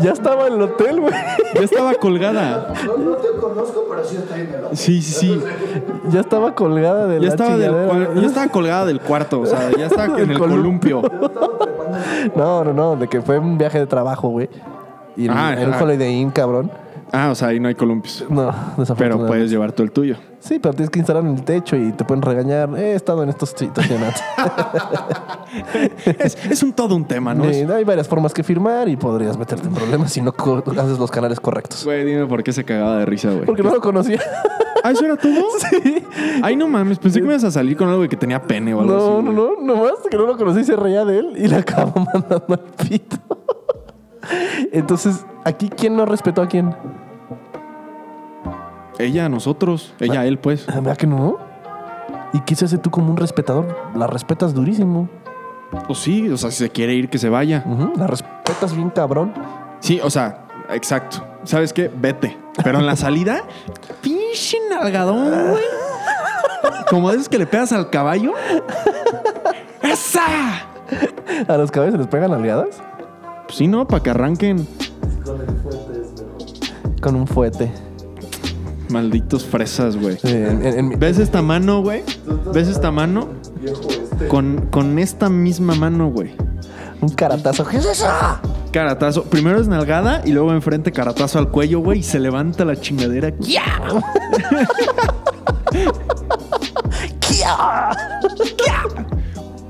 Speaker 1: Ya estaba en el hotel, güey.
Speaker 2: Ya estaba colgada.
Speaker 3: No, no te conozco, pero sí estoy en el otro.
Speaker 2: Sí, sí, sí.
Speaker 1: Ya estaba colgada de
Speaker 2: Ya
Speaker 1: la
Speaker 2: estaba, del,
Speaker 1: chingadera.
Speaker 2: cuar- ya estaba colgada del cuarto, o sea, ya estaba en el columpio.
Speaker 1: No, no, no. De que fue un viaje de trabajo, güey. Y en,
Speaker 2: Ah,
Speaker 1: en un
Speaker 2: ah.
Speaker 1: Holiday Inn, cabrón.
Speaker 2: Ah, o sea, ahí no hay columpios.
Speaker 1: No,
Speaker 2: Pero
Speaker 1: desafortunadamente.
Speaker 2: puedes llevar tú el tuyo.
Speaker 1: Sí, pero tienes que instalar en el techo y te pueden regañar. He estado en estas situaciones.
Speaker 2: Es, es un todo un tema, ¿no?
Speaker 1: Eh, hay varias formas que firmar y podrías meterte en problemas si no co- haces los canales correctos.
Speaker 2: Güey, dime por qué se cagaba de risa, güey.
Speaker 1: Porque no lo conocía.
Speaker 2: ¿Ah, eso era todo?
Speaker 1: Sí.
Speaker 2: Ay, no mames, pensé que me ibas a salir con algo de que tenía pene o algo así.
Speaker 1: No, no,
Speaker 2: güey.
Speaker 1: no, nomás que no lo conocí, se reía de él y le acabó mandando al pito. Entonces, aquí, ¿quién no respetó a quién?
Speaker 2: Ella, nosotros. Ella, él, pues.
Speaker 1: Ah, ¿Verdad que no? ¿Y qué se hace tú como un respetador? La respetas durísimo.
Speaker 2: O Pues sí, o sea, si se quiere ir, que se vaya.
Speaker 1: Ujú, La respetas bien cabrón.
Speaker 2: Sí, o sea, exacto. ¿Sabes qué? Vete. Pero en la salida, pinche nalgadón, güey. Como de esos que le pegas al caballo. ¡Esa!
Speaker 1: A los caballos se les pegan algadas
Speaker 2: Pues sí, no, para que arranquen.
Speaker 1: con un fuete.
Speaker 2: Malditos fresas, güey.
Speaker 1: Eh, en- en- en mi-
Speaker 2: ¿Ves esta mano, güey? ¿Ves esta mano? Con, con esta misma mano, güey.
Speaker 1: un caratazo. ¿Qué es eso?
Speaker 2: Caratazo. Primero es nalgada y luego enfrente caratazo al cuello, güey. Y se levanta la chingadera. aquí.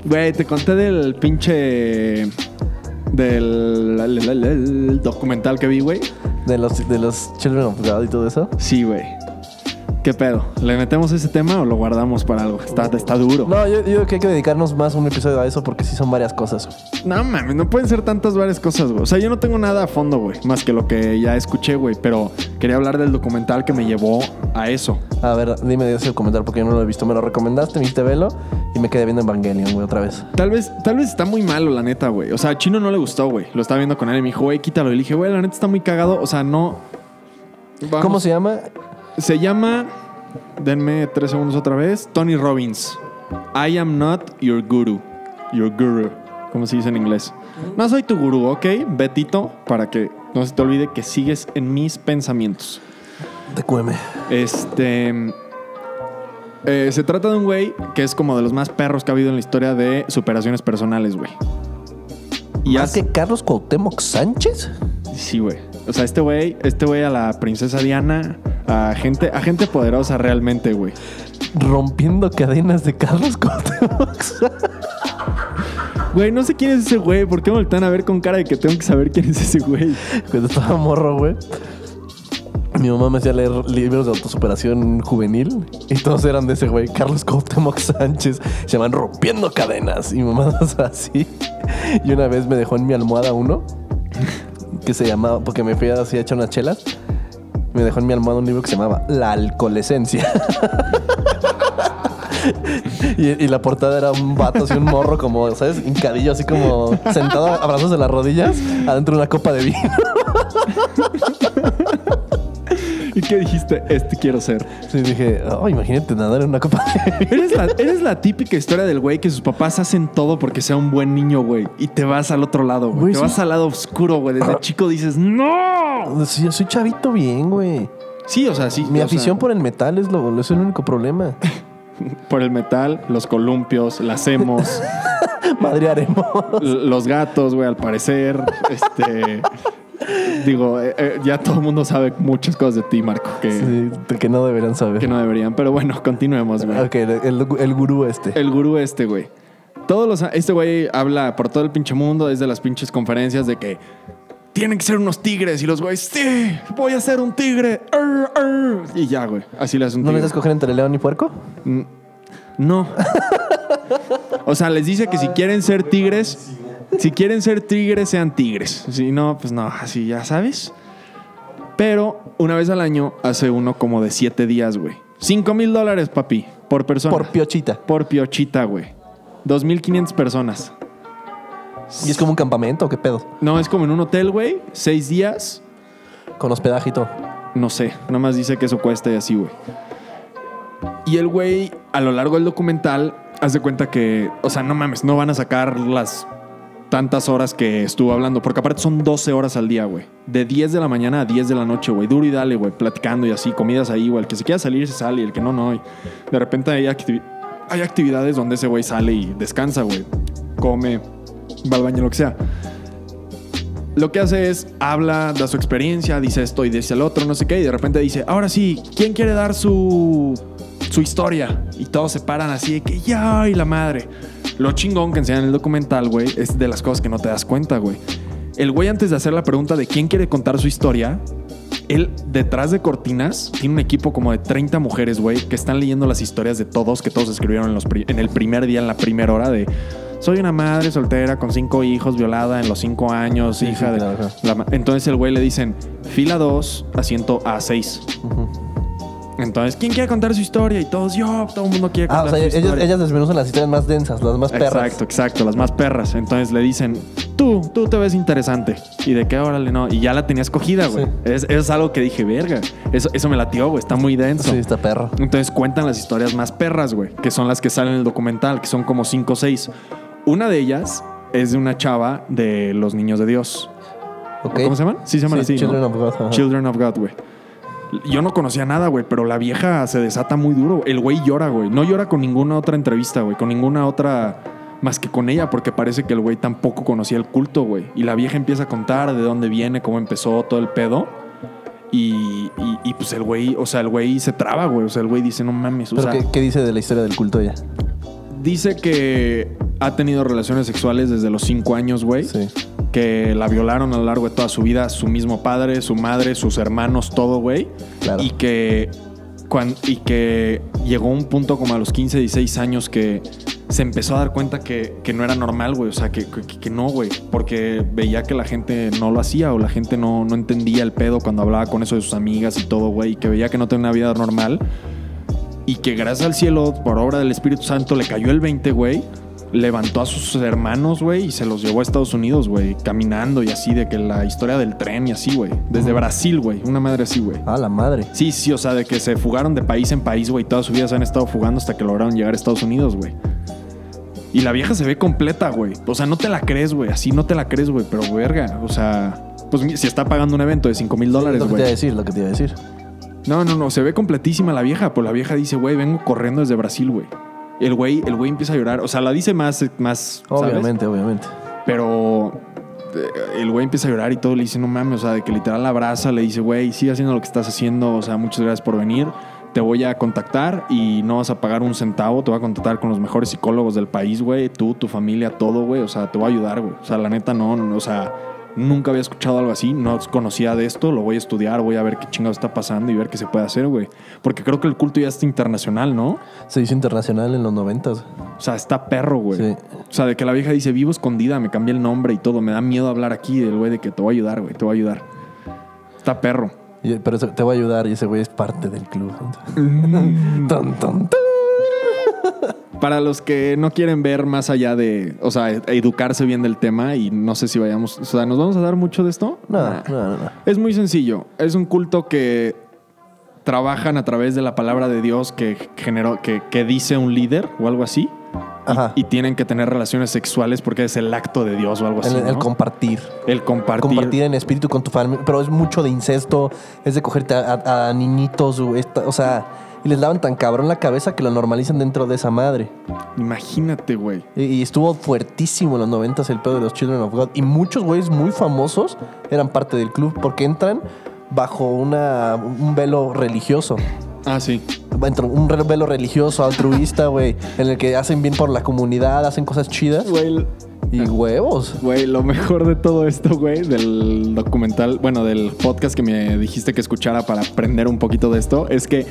Speaker 2: Güey, te conté del pinche. Del la- la- la- la- el documental que vi, güey.
Speaker 1: De los, de los Children of God y todo eso.
Speaker 2: Sí, güey. ¿Qué pedo? ¿Le metemos ese tema o lo guardamos para algo? Está, está duro.
Speaker 1: No, yo, yo creo que hay que dedicarnos más un episodio a eso porque sí son varias cosas.
Speaker 2: No mames, no pueden ser tantas varias cosas, güey. O sea, yo no tengo nada a fondo, güey, más que lo que ya escuché, güey. Pero quería hablar del documental que me llevó a eso.
Speaker 1: A ver, dime de ese comentario porque yo no lo he visto. Me lo recomendaste, me dijiste velo y me quedé viendo Evangelion, güey, otra vez.
Speaker 2: Tal vez, tal vez está muy malo, la neta, güey. O sea, a Chino no le gustó, güey. Lo estaba viendo con él y me dijo, güey, quítalo. Y le dije, güey, la neta está muy cagado. O sea, no. Vamos.
Speaker 1: ¿Cómo se llama?
Speaker 2: Se llama. Denme tres segundos otra vez. Tony Robbins. I am not your guru. Your guru. Como se dice en inglés. No soy tu gurú, ¿ok? Betito, para que no se te olvide que sigues en mis pensamientos.
Speaker 1: TQM.
Speaker 2: Este. eh, se trata de un güey que es como de los más perros que ha habido en la historia de superaciones personales, güey. Y
Speaker 1: ¿Más
Speaker 2: hace-
Speaker 1: que Carlos Cuauhtémoc Sánchez?
Speaker 2: Sí, güey. O sea, este güey, este güey a la princesa Diana, a gente, a gente poderosa realmente, güey.
Speaker 1: Rompiendo cadenas de Carlos Cortebox.
Speaker 2: Güey, no sé quién es ese güey. ¿Por qué me voltean a ver con cara de que tengo que saber quién es ese güey?
Speaker 1: Cuando estaba morro, güey. Mi mamá me hacía leer libros de autosuperación juvenil y todos eran de ese güey, Carlos Cuauhtémoc Sánchez. Se llaman Rompiendo Cadenas y mamadas así. Y una vez me dejó en mi almohada uno que se llamaba, porque me fui así a echar unas chelas, me dejó en mi almohada un libro que se llamaba La Alcoholescencia. Y, y la portada era un vato así, un morro como, ¿sabes? Hincadillo, así como sentado a brazos de las rodillas, adentro de una copa de vino.
Speaker 2: ¿Y qué dijiste? Este quiero ser.
Speaker 1: Sí, dije, oh, imagínate nadar en una copa de vino.
Speaker 2: Eres la, eres la típica historia del güey que sus papás hacen todo porque sea un buen niño, güey. Y te vas al otro lado, güey. Ah.
Speaker 1: Güey,
Speaker 2: Te
Speaker 1: sí.
Speaker 2: vas al lado oscuro, güey. Desde chico dices, ¡No!
Speaker 1: Sí, yo soy chavito bien, güey.
Speaker 2: Sí, o sea, sí.
Speaker 1: Mi
Speaker 2: o sea,
Speaker 1: afición por el metal es, lo, es el único problema.
Speaker 2: por el metal, los columpios, las hemos,
Speaker 1: Madrearemos.
Speaker 2: los gatos, güey, al parecer. Este. Digo, eh, eh, ya todo el mundo sabe muchas cosas de ti, Marco, que,
Speaker 1: Sí, que no deberían saber.
Speaker 2: que no deberían. Pero bueno, continuemos, güey.
Speaker 1: Ok, el, el- el gurú este.
Speaker 2: El gurú este, güey. Todos los, este güey habla por todo el pinche mundo, desde las pinches conferencias de que tienen que ser unos tigres. Y los güeyes, sí, voy a ser un tigre. Arr, arr". Y ya, güey. Así le hace un
Speaker 1: ¿No les
Speaker 2: tigre.
Speaker 1: das coger entre león y puerco?
Speaker 2: No. o sea, les dice que si quieren ser tigres, si quieren ser tigres, sean tigres. Si no, pues no, así ya sabes. Pero una vez al año hace uno como de siete días, güey. Cinco mil dólares, papi, por persona.
Speaker 1: Por piochita.
Speaker 2: Por piochita, güey. 2.500 personas.
Speaker 1: ¿Y es como un campamento o qué pedo?
Speaker 2: No, es como en un hotel, güey. Seis días.
Speaker 1: Con hospedaje y todo.
Speaker 2: No sé. Nada más dice que eso cuesta y así, güey. Y el güey, a lo largo del documental, hace cuenta que, o sea, no mames, no van a sacar las tantas horas que estuvo hablando. Porque aparte son 12 horas al día, güey. De 10 de la mañana a 10 de la noche, güey. Duro y dale, güey. Platicando y así, comidas ahí, güey. El que se quiera salir, se sale. Y el que no, no. Y de repente hay, activi- hay actividades donde ese güey sale y descansa, güey. Come, va al baño, lo que sea. Lo que hace es, habla de su experiencia, dice esto y dice el otro, no sé qué, y de repente dice, ahora sí, ¿quién quiere dar su, su historia? Y todos se paran así de que, ya, y la madre. Lo chingón que enseñan en el documental, güey, es de las cosas que no te das cuenta, güey. El güey antes de hacer la pregunta de quién quiere contar su historia, él detrás de cortinas tiene un equipo como de 30 mujeres, güey, que están leyendo las historias de todos que todos escribieron en, los pri- en el primer día, en la primera hora de... Soy una madre soltera con cinco hijos, violada en los cinco años,
Speaker 1: Sí,
Speaker 2: hija
Speaker 1: sí,
Speaker 2: de...
Speaker 1: claro, claro.
Speaker 2: La ma- entonces el güey le dicen, fila 2, asiento A6. Entonces, ¿quién quiere contar su historia? Y todos, yo, todo el mundo quiere
Speaker 1: Ah,
Speaker 2: contar
Speaker 1: o sea,
Speaker 2: su
Speaker 1: ellas,
Speaker 2: historia.
Speaker 1: ellas desmenuzan las historias más densas, las más perras.
Speaker 2: Exacto, exacto, las más perras. Entonces le dicen, tú, tú te ves interesante. Y de qué órale, no. Y ya la tenías cogida, güey.
Speaker 1: Sí.
Speaker 2: Es, es algo que dije, verga. Eso, eso me latió, güey. Está muy denso.
Speaker 1: Sí, está perro.
Speaker 2: Entonces cuentan las historias más perras, güey, que son las que salen en el documental, que son como cinco o seis. Una de ellas es de una chava de los niños de Dios.
Speaker 1: Ok.
Speaker 2: ¿Cómo se llaman? Sí, se llaman
Speaker 1: Sí,
Speaker 2: así.
Speaker 1: Children
Speaker 2: ¿no?
Speaker 1: of God, ajá.
Speaker 2: Children of God, güey. Yo no conocía nada, güey, pero la vieja se desata muy duro. El güey llora, güey. No llora con ninguna otra entrevista, güey. Con ninguna otra más que con ella, porque parece que el güey tampoco conocía el culto, güey. Y la vieja empieza a contar de dónde viene, cómo empezó todo el pedo. Y, y- y, pues el güey, o sea, el güey se traba, güey. O sea, el güey dice, no mames. O
Speaker 1: ¿Pero
Speaker 2: sea,
Speaker 1: qué, qué dice de la historia del culto ya?
Speaker 2: dice que ha tenido relaciones sexuales desde los cinco años, güey
Speaker 1: Sí.
Speaker 2: que la violaron a lo largo de toda su vida, su mismo padre, su madre, sus hermanos, todo, güey.
Speaker 1: Claro.
Speaker 2: Y que cuan- y que llegó un punto como a los 15, 16 años que se empezó a dar cuenta que, que no era normal, güey. O sea, que, que- que no, güey. Porque veía que la gente no lo hacía o la gente no, no entendía el pedo cuando hablaba con eso de sus amigas y todo, güey. Y que veía que no tenía una vida normal. Y que gracias al cielo, por obra del Espíritu Santo, le cayó el 20, güey. Levantó a sus hermanos, güey, y se los llevó a Estados Unidos, güey. Caminando y así, de que la historia del tren y así, güey. Desde Brasil, güey. Una madre así, güey.
Speaker 1: Ah, la madre.
Speaker 2: Sí, sí, o sea, de que se fugaron de país en país, güey. Toda su vida se han estado fugando hasta que lograron llegar a Estados Unidos, güey. Y la vieja se ve completa, güey. O sea, no te la crees, güey. Así no te la crees, güey. Pero, verga, o sea... Pues mi- si está pagando un evento de 5 mil dólares,
Speaker 1: lo que te iba a
Speaker 2: güey.
Speaker 1: decir, lo que te iba a decir.
Speaker 2: No, no, no. Se ve completísima la vieja. Pues la vieja dice, güey, vengo corriendo desde Brasil, güey. El güey, el güey empieza a llorar. O sea, la dice más, más, ¿sabes?
Speaker 1: Obviamente, obviamente.
Speaker 2: Pero eh, el güey empieza a llorar y todo le dice, no mames, o sea, de que literal la abraza, le dice, güey, sigue haciendo lo que estás haciendo, o sea, muchas gracias por venir, te voy a contactar y no vas a pagar un centavo, te voy a contactar con los mejores psicólogos del país, güey, tú, tu familia, todo, güey, o sea, te voy a ayudar, güey, o sea, la neta no, no, o sea, nunca había escuchado algo así, no conocía de esto, lo voy a estudiar, voy a ver qué chingados está pasando y ver qué se puede hacer, güey, porque creo que el culto ya está internacional, ¿no?
Speaker 1: Se hizo internacional en los noventas.
Speaker 2: O sea, está perro, güey.
Speaker 1: Sí.
Speaker 2: O sea, de que la vieja dice, vivo escondida, me cambié el nombre y todo. Me da miedo hablar aquí del güey de que te voy a ayudar, güey, te voy a ayudar. Está perro.
Speaker 1: Y- Pero eso- te va a ayudar y ese güey es parte del club.
Speaker 2: Mm.
Speaker 1: Tan, tan, tan.
Speaker 2: Para los que no quieren ver más allá de, o sea, e- educarse bien del tema y no sé si vayamos, o sea, ¿nos vamos a dar mucho de esto?
Speaker 1: No, no, no, no.
Speaker 2: Es muy sencillo. Es un culto que trabajan a través de la palabra de Dios que generó, que, que dice un líder o algo así.
Speaker 1: Ajá.
Speaker 2: Y tienen que tener relaciones sexuales porque es el acto de Dios o algo así.
Speaker 1: el, el
Speaker 2: pues ¿no?
Speaker 1: compartir.
Speaker 2: El compartir.
Speaker 1: Compartir en espíritu con tu familia. Pero es mucho de incesto. Es de cogerte a, a- a niñitos. güey, esta- o sea, y les daban tan cabrón la cabeza que lo normalizan dentro de esa madre.
Speaker 2: Imagínate, güey.
Speaker 1: Y, y estuvo fuertísimo en los noventas el pedo de los Children of God. Y muchos güeyes muy famosos eran parte del club porque entran bajo una, un velo religioso.
Speaker 2: Ah, sí.
Speaker 1: Dentro, un re- velo religioso, altruista, güey. En el que hacen bien por la comunidad, hacen cosas chidas.
Speaker 2: Güey,
Speaker 1: Y huevos.
Speaker 2: güey, lo mejor de todo esto, güey, del documental, bueno, del podcast que me dijiste que escuchara para aprender un poquito de esto, es que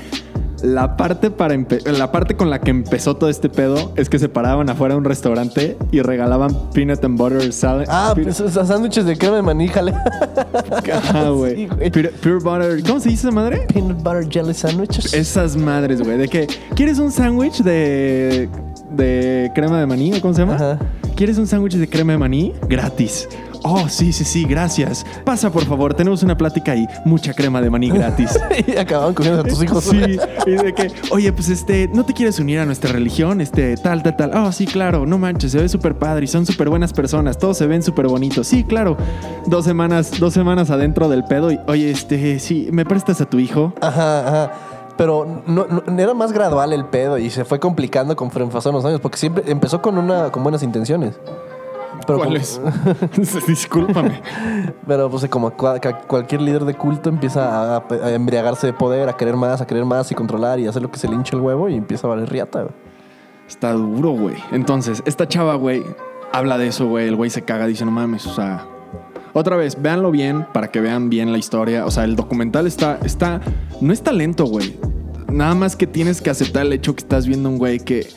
Speaker 2: la parte, para empe- la parte con la que empezó todo este pedo es que se paraban afuera de un restaurante y regalaban peanut and butter salad.
Speaker 1: Ah,
Speaker 2: peanut-
Speaker 1: pues, esos sándwiches de crema de maní, jale.
Speaker 2: Ajá, güey.
Speaker 1: sí, güey.
Speaker 2: Pure, pure butter. ¿Cómo se dice esa madre?
Speaker 1: Peanut butter jelly sandwiches.
Speaker 2: Esas madres, güey. De que, ¿quieres un sándwich de, de crema de maní o cómo se llama?
Speaker 1: Ajá.
Speaker 2: ¿Quieres un sándwich de crema de maní? Gratis. Oh, sí, sí, sí, gracias. Pasa, por favor, tenemos una plática y mucha crema de maní gratis.
Speaker 1: y acababan comiendo a tus hijos.
Speaker 2: Sí, y de que, oye, pues este, ¿no te quieres unir a nuestra religión? Este, tal, tal, tal. Oh, sí, claro, no manches, se ve súper padre y son súper buenas personas, todos se ven súper bonitos. Sí, claro. Dos semanas, dos semanas adentro del pedo y, oye, este, sí, ¿me prestas a tu hijo?
Speaker 1: Ajá, ajá. Pero no, no- era más gradual el pedo y se fue complicando conforme pasaron los años, porque siempre empezó con una con buenas intenciones. Pero como-
Speaker 2: ¿Cuáles? Discúlpame.
Speaker 1: Pero pues como cua- ca- cualquier líder de culto empieza a, a embriagarse de poder, a querer más, a querer más y controlar y hacer lo que se le hinche el huevo y empieza a valer riata. güey.
Speaker 2: Está duro, güey. Entonces, esta chava, güey, habla de eso, güey. El güey se caga, dice, no mames, o sea. Otra vez, véanlo bien para que vean bien la historia. O sea, el documental está, está, no está lento, güey. Nada más que tienes que aceptar el hecho que estás viendo un güey que...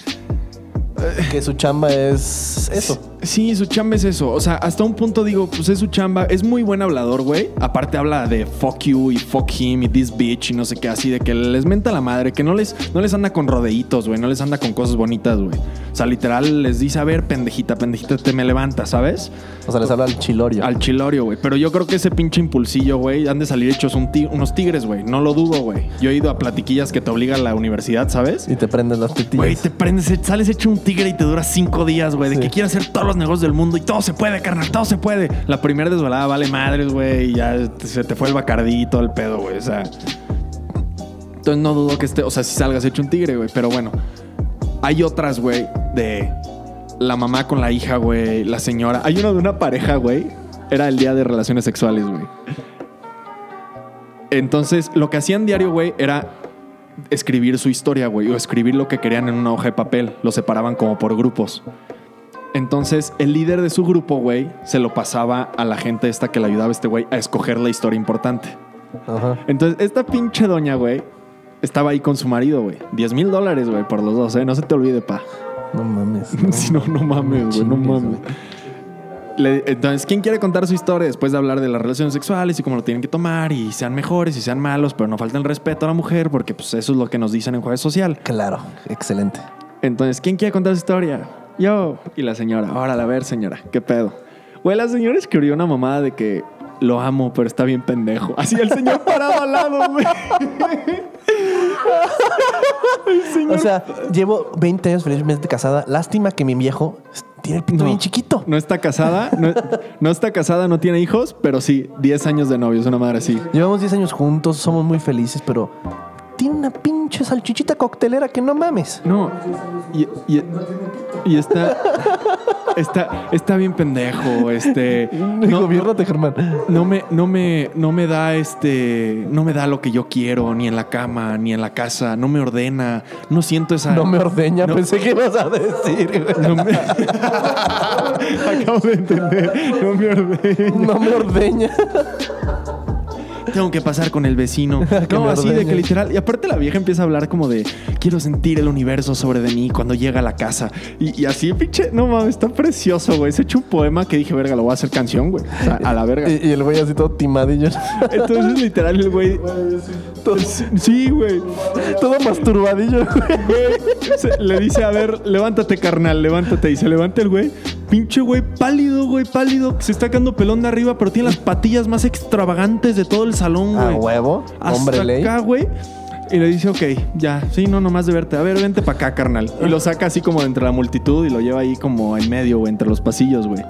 Speaker 1: Que su chamba es eso.
Speaker 2: Sí, su chamba es eso. O sea, hasta un punto digo, pues es su chamba. Es muy buen hablador, güey. Aparte habla de fuck you y fuck him y this bitch y no sé qué, así de que les menta la madre, que no les, no les anda con rodeitos, güey. No les anda con cosas bonitas, güey. O sea, literal les dice, a ver, pendejita, pendejita, te me levantas, ¿sabes?
Speaker 1: O sea, les habla al chilorio.
Speaker 2: Al chilorio, güey. Pero yo creo que ese pinche impulsillo, güey, han de salir hechos un ti- unos tigres, güey. No lo dudo, güey. Yo he ido a platiquillas que te obliga a la universidad, ¿sabes?
Speaker 1: Y te prenden las
Speaker 2: Güey,
Speaker 1: tetillas.
Speaker 2: te prendes, sales hecho un tigre y te dura cinco días, güey. De
Speaker 1: Sí.
Speaker 2: que quieres hacer todos los negocios del mundo y todo se puede, carnal, todo se puede. La primera desvelada vale madres, güey. Y ya te- se te fue el bacardí y todo el pedo, güey. O sea. Entonces no dudo que esté, o sea, si salgas hecho un tigre, güey. Pero bueno, hay otras, güey, de la mamá con la hija, güey, la señora. Hay una de una pareja, güey. Era el día de relaciones sexuales, güey. Entonces, lo que hacían diario, güey, era escribir su historia, güey, o escribir lo que querían en una hoja de papel. Lo separaban como por grupos. Entonces, el líder de su grupo, güey, se lo pasaba a la gente esta que le ayudaba a este güey a escoger la historia importante.
Speaker 1: Ajá.
Speaker 2: Entonces, esta pinche doña, güey, estaba ahí con su marido, güey. 10 mil dólares, güey, por los dos, ¿eh? No se te olvide, pa.
Speaker 1: No mames. no.
Speaker 2: si no, no mames, güey, no
Speaker 1: Chingues,
Speaker 2: mames. Le- entonces, ¿quién quiere contar su historia después de hablar de las relaciones sexuales y cómo lo tienen que tomar y sean mejores y sean malos, pero no falta el respeto a la mujer porque pues eso es lo que nos dicen en Jueves Social?
Speaker 1: Claro, excelente.
Speaker 2: Entonces, ¿quién quiere contar su historia? Yo. Y la señora, órale, a ver, señora, ¿qué pedo? Güey, la señora escribió una mamada de que lo amo, pero está bien pendejo. Así el señor parado al lado, güey.
Speaker 1: O sea, llevo 20 años felizmente casada. Lástima que mi viejo tiene el pito bien chiquito.
Speaker 2: No está casada, no, no está casada, no tiene hijos, pero sí, 10 años de novios, una madre así.
Speaker 1: Llevamos 10 años juntos, somos muy felices, pero tiene una pinche salchichita coctelera que no mames.
Speaker 2: No. Y, y- y está. está, está bien pendejo. Este.
Speaker 1: No, Gobiérnate, Germán.
Speaker 2: No me, no me, no me da este, no me da lo que yo quiero, ni en la cama, ni en la casa, no me ordena, no siento esa.
Speaker 1: Ah, No me ordeña,
Speaker 2: No.
Speaker 1: pensé que ibas a decir, güey.
Speaker 2: No me-
Speaker 4: Acabo de entender. No me ordeño.
Speaker 1: No me ordeña.
Speaker 2: tengo que pasar con el vecino.
Speaker 1: Que
Speaker 2: No,
Speaker 1: me
Speaker 2: así de
Speaker 1: ordene.
Speaker 2: que literal. Y aparte la vieja empieza a hablar como de quiero sentir el universo sobre de mí cuando llega a la casa. Y, y así, pinche, no mames, está precioso, güey. Se echó un poema que dije, verga, lo voy a hacer canción, güey. O sea, a la verga.
Speaker 1: Y, y el güey así todo timadillo.
Speaker 2: Entonces, literal, el güey. Sí, güey.
Speaker 1: Todo masturbadillo, güey.
Speaker 2: Güey, se- le dice, a ver, levántate, carnal, levántate. Y se levanta el güey. Pinche güey pálido, güey pálido. Se está quedando pelón de arriba, pero tiene las patillas más extravagantes de todo el salón,
Speaker 1: A
Speaker 2: güey.
Speaker 1: huevo.
Speaker 2: Hasta
Speaker 1: Ah, Hombre ley.
Speaker 2: acá, güey. Y le dice, ok, ya, sí, no, nomás de verte. A ver, vente para acá, carnal. Y lo saca así como de entre la multitud y lo lleva ahí como en medio, güey, entre los pasillos, güey.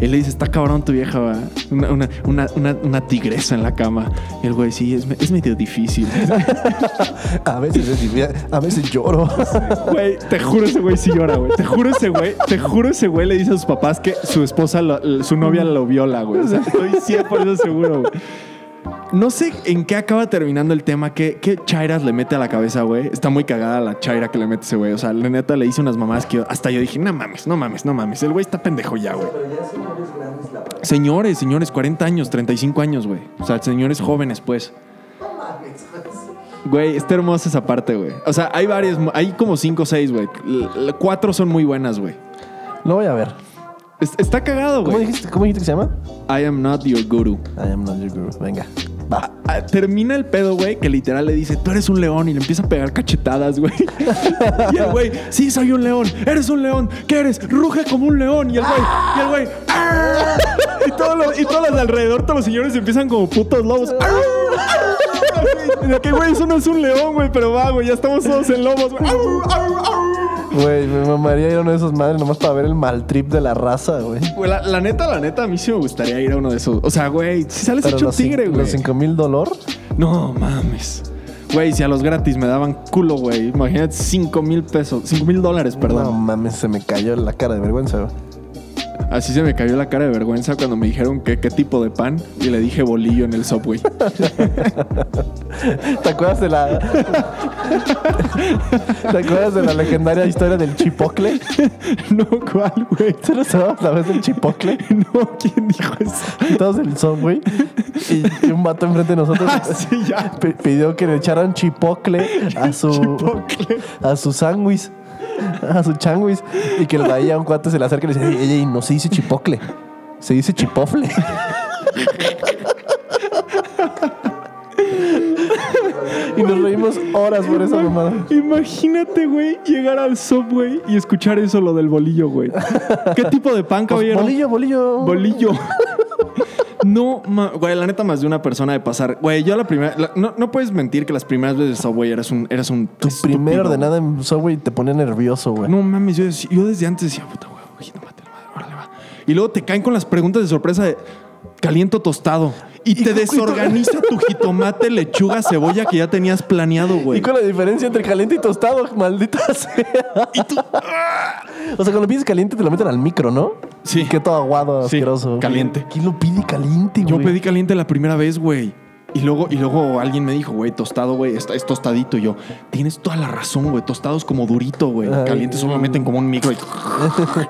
Speaker 2: Y le dice, está cabrón tu vieja, va. Una, una, una, una- una tigresa en la cama. Y el güey, sí, es, me- es medio difícil.
Speaker 1: A veces, es difícil, a veces lloro.
Speaker 2: Güey, te juro ese güey sí llora, güey. Te juro ese güey, te juro ese güey le dice a sus papás que su esposa, lo- su novia lo viola, güey. O sea, estoy 100% seguro, güey. No sé en qué acaba terminando el tema, qué, qué chairas le mete a la cabeza, güey. Está muy cagada la chaira que le mete ese güey. O sea, la neta le hice unas mamás que yo- hasta yo dije, no mames, no mames, no mames. El güey está pendejo ya, güey. Señores, señores, 40 años, 35 años, güey. O sea, señores jóvenes, pues. Güey, está hermosa esa parte, güey. O sea, hay varias, hay como 5 o 6, güey. L- l- Cuatro son muy buenas, güey.
Speaker 1: Lo voy a ver.
Speaker 2: Es- está cagado,
Speaker 1: ¿Cómo
Speaker 2: güey.
Speaker 1: dijiste, ¿Cómo dijiste que se llama?
Speaker 2: I am not your guru.
Speaker 1: I am not your guru. Venga. Va.
Speaker 2: Ah, Termina el pedo, güey, que literal le dice, tú eres un león y le empieza a pegar cachetadas, güey. y el güey, sí, soy un león, eres un león, ¿qué eres? Ruge como un león. Y el güey, y el güey, "Arr". y todos los, y todos los de alrededor, todos los señores empiezan como putos lobos. "Arr". Y de que, güey, eso no es un león, güey, pero va, güey, ya estamos todos en lobos, güey. "Arr, arr, arr".
Speaker 1: Güey, me mamaría ir a uno de esos madres nomás para ver el mal trip de la raza, güey.
Speaker 2: Güey, la, la neta, la neta, a mí sí me gustaría ir a uno de esos. O sea, güey, si sales
Speaker 1: Pero
Speaker 2: hecho
Speaker 1: los cin-
Speaker 2: tigre, güey.
Speaker 1: Los 5000 dolor.
Speaker 2: No mames. Güey, si a los gratis me daban culo, güey. Imagínate 5 mil pesos. 5 mil dólares,
Speaker 1: No
Speaker 2: perdón.
Speaker 1: mames, se me cayó la cara de vergüenza, güey.
Speaker 2: Así se me cayó la cara de vergüenza cuando me dijeron que qué tipo de pan y le dije bolillo en el subway.
Speaker 1: ¿Te acuerdas de la. ¿Te acuerdas de la legendaria historia del chipocle?
Speaker 2: no, ¿cuál, güey?
Speaker 1: ¿Tú no sabes la vez del chipocle?
Speaker 2: No, ¿quién dijo eso?
Speaker 1: Y Todos del subway. Y, y un vato enfrente de nosotros
Speaker 2: Así Ah, ya.
Speaker 1: pi- pidió que le echaran chipocle a su.
Speaker 2: Chipocle.
Speaker 1: a su sándwich. A su changuis. Y que le daía a un cuate se le acerca y le dice: Ey, ey, no se dice chipocle. Se dice chipofle. y nos reímos horas por esa
Speaker 2: Ima-
Speaker 1: mamada.
Speaker 2: Imagínate, güey, llegar al subway y escuchar eso, lo del bolillo, güey. ¿Qué tipo de pan,
Speaker 1: Pues,
Speaker 2: caballero?
Speaker 1: bolillo, bolillo.
Speaker 2: Bolillo. No, ma- güey, la neta más de una persona de pasar. Güey, yo la primera. la- no, no puedes mentir que las primeras veces de Subway eras un. Eras un
Speaker 1: Tu
Speaker 2: estúpido.
Speaker 1: primera ordenada en Subway te pone nervioso, güey.
Speaker 2: No mames, yo, decí- yo desde antes decía, puta, güey, güey, no mate la madre, órale, va. Y luego te caen con las preguntas de sorpresa de caliento tostado. Y te desorganiza tu jitomate, lechuga, cebolla que ya tenías planeado, güey.
Speaker 1: Y con la diferencia entre caliente y tostado, maldita sea.
Speaker 2: Y tú- ah.
Speaker 1: O sea, cuando pides caliente te lo meten al micro, ¿no?
Speaker 2: Sí.
Speaker 1: Y Que todo aguado,
Speaker 2: Sí,
Speaker 1: asqueroso.
Speaker 2: caliente.
Speaker 1: ¿Quién lo pide caliente, güey?
Speaker 2: Yo pedí caliente la primera vez, güey. Y luego, y luego alguien me dijo, güey, tostado, güey, es, es tostadito. Y yo, tienes toda la razón, güey, tostados como durito, güey.
Speaker 1: Ay.
Speaker 2: Caliente solo lo meten como un micro. y-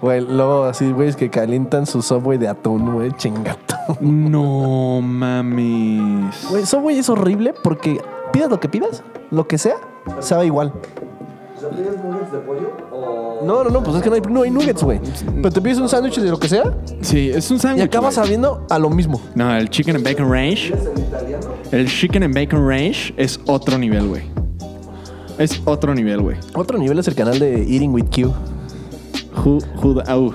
Speaker 1: Güey, luego así, güey, es que calientan su Subway de atún, güey. Chingato.
Speaker 2: No mames.
Speaker 1: Güey, Subway es horrible porque pidas lo que pidas, lo que sea, sabe igual.
Speaker 3: O sea, ¿pides nuggets de pollo o...?
Speaker 1: No, no, no, pues es que no hay, no hay nuggets, güey. Pero te pides un sándwich de lo que sea
Speaker 2: Sí, es un
Speaker 1: y
Speaker 2: sándwich.
Speaker 1: acabas
Speaker 2: güey.
Speaker 1: sabiendo a lo mismo.
Speaker 2: No, el chicken and bacon ranch. El chicken and bacon ranch es otro nivel, güey. Es otro nivel, güey.
Speaker 1: Otro nivel es el canal de Eating with Q.
Speaker 2: Who- who the- au.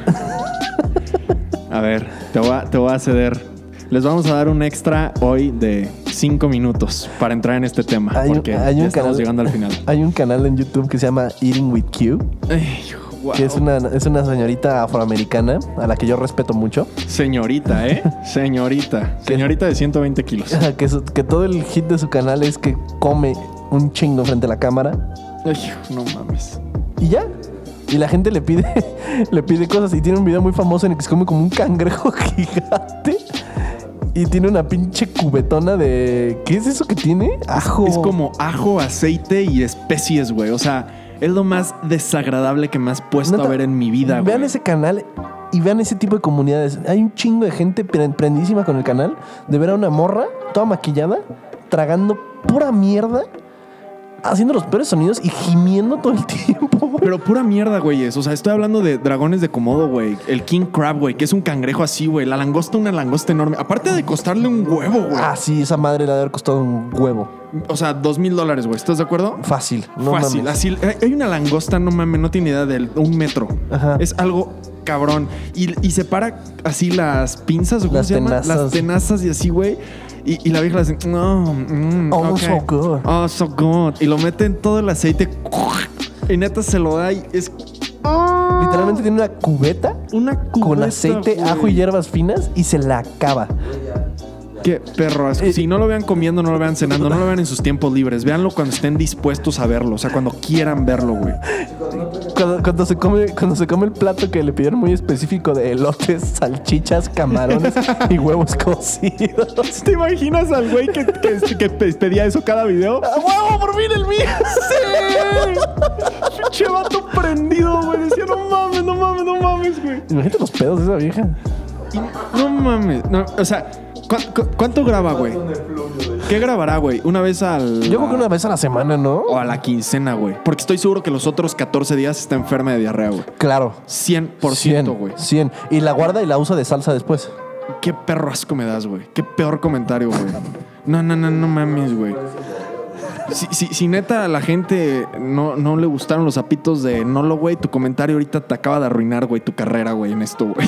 Speaker 2: A ver, te voy a, te voy a ceder. Les vamos a dar un extra hoy de 5 minutos para entrar en este tema.
Speaker 1: Hay un-
Speaker 2: porque
Speaker 1: hay un
Speaker 2: ya
Speaker 1: canal-
Speaker 2: estamos llegando al final.
Speaker 1: Hay un canal en YouTube que se llama Eating with Q,
Speaker 2: Ey, guau.
Speaker 1: que es una, es una señorita afroamericana a la que yo respeto mucho.
Speaker 2: Señorita, ¿eh? Señorita. Señorita de 120 kilos.
Speaker 1: Que, su- que todo el hit de su canal es que come un chingo frente a la cámara
Speaker 2: Ey, no mames.
Speaker 1: y ya. Y la gente le pide, le pide cosas. Y tiene un video muy famoso en el que se come como un cangrejo gigante. Y tiene una pinche cubetona de. ¿Qué es eso que tiene? Ajo.
Speaker 2: Es como ajo, aceite y especies, güey. O sea, es lo más desagradable que me has puesto
Speaker 1: Neta,
Speaker 2: a ver en mi vida,
Speaker 1: Vean
Speaker 2: güey.
Speaker 1: ese canal y vean ese tipo de comunidades. Hay un chingo de gente pre- prendidísima con el canal de ver a una morra toda maquillada, tragando pura mierda, haciendo los peores sonidos y gimiendo todo el tiempo. güey.
Speaker 2: Pero pura mierda, güeyes. O sea, estoy hablando de dragones de Komodo, güey. El King Crab, güey, que es un cangrejo así, güey. La langosta, una langosta enorme. Aparte de costarle un huevo, güey.
Speaker 1: Ah, sí, esa madre le ha de haber costado un huevo.
Speaker 2: O sea, dos mil dólares, güey. ¿Estás de acuerdo?
Speaker 1: Fácil, no
Speaker 2: Fácil.
Speaker 1: mames.
Speaker 2: Así, eh, hay- hay una langosta, no mames, no tiene idea del un metro.
Speaker 1: Ajá.
Speaker 2: Es algo cabrón. Y, y separa así las pinzas, ¿o ¿cómo
Speaker 1: Las
Speaker 2: se llama?
Speaker 1: tenazas.
Speaker 2: Las tenazas y así, güey. Y, y la vieja le hace, no, mm,
Speaker 1: Oh,
Speaker 2: ok.
Speaker 1: so good.
Speaker 2: Oh, so good. Y lo mete en todo el aceite. Y neta se lo da y es
Speaker 1: Literalmente tiene una cubeta
Speaker 2: una cubeta,
Speaker 1: con aceite,
Speaker 2: güey.
Speaker 1: ajo y hierbas finas y se la acaba.
Speaker 2: Qué perro asco.
Speaker 1: Eh,
Speaker 2: Si no lo vean comiendo, no lo vean cenando, no lo vean en sus tiempos libres. Véanlo cuando estén dispuestos a verlo. O sea, cuando quieran verlo, güey.
Speaker 1: Cuando, cuando se come, cuando se come el plato que le pidieron muy específico de elotes, salchichas, camarones y huevos cocidos.
Speaker 2: ¿Te imaginas al güey que, que- que pe- pedía eso cada video?
Speaker 1: ¡A huevo, por fin el mío!
Speaker 2: Pinche vato prendido, güey. Decía, no mames, no mames, no mames, güey.
Speaker 1: Imagínate los pedos de esa vieja.
Speaker 2: Y- No mames. No, o sea, ¿cu- cu- cuánto graba, güey? ¿Qué grabará, güey? Una vez al.
Speaker 1: Yo creo que una vez a la semana, ¿no?
Speaker 2: O a la quincena, güey. Porque estoy seguro que los otros 14 días está enferma de diarrea, güey.
Speaker 1: Claro.
Speaker 2: 100%, güey.
Speaker 1: 100. Y la guarda y la usa de salsa después.
Speaker 2: Qué perro asco me das, güey. Qué peor comentario, güey. No, no, no, no mames, güey. Si, si, si neta a la gente no, no le gustaron los zapitos de Nolo, güey, tu comentario ahorita te acaba de arruinar, güey, tu carrera, güey, en esto, güey.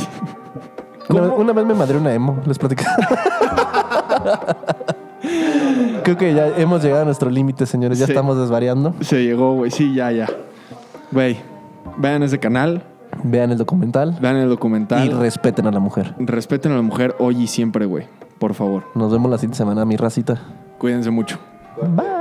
Speaker 1: Una, vez- una vez me madré una emo, les platicaba. Creo que ya hemos llegado a nuestro límite, señores. Ya
Speaker 2: Sí.
Speaker 1: estamos desvariando.
Speaker 2: Se llegó, güey. Sí, ya, ya. Güey, vean ese canal,
Speaker 1: Vean el documental
Speaker 2: vean el documental.
Speaker 1: y respeten a la mujer.
Speaker 2: respeten a la mujer hoy y siempre, güey. Por favor,
Speaker 1: Nos vemos la siguiente semana, mi racita.
Speaker 2: cuídense mucho.
Speaker 1: Bye.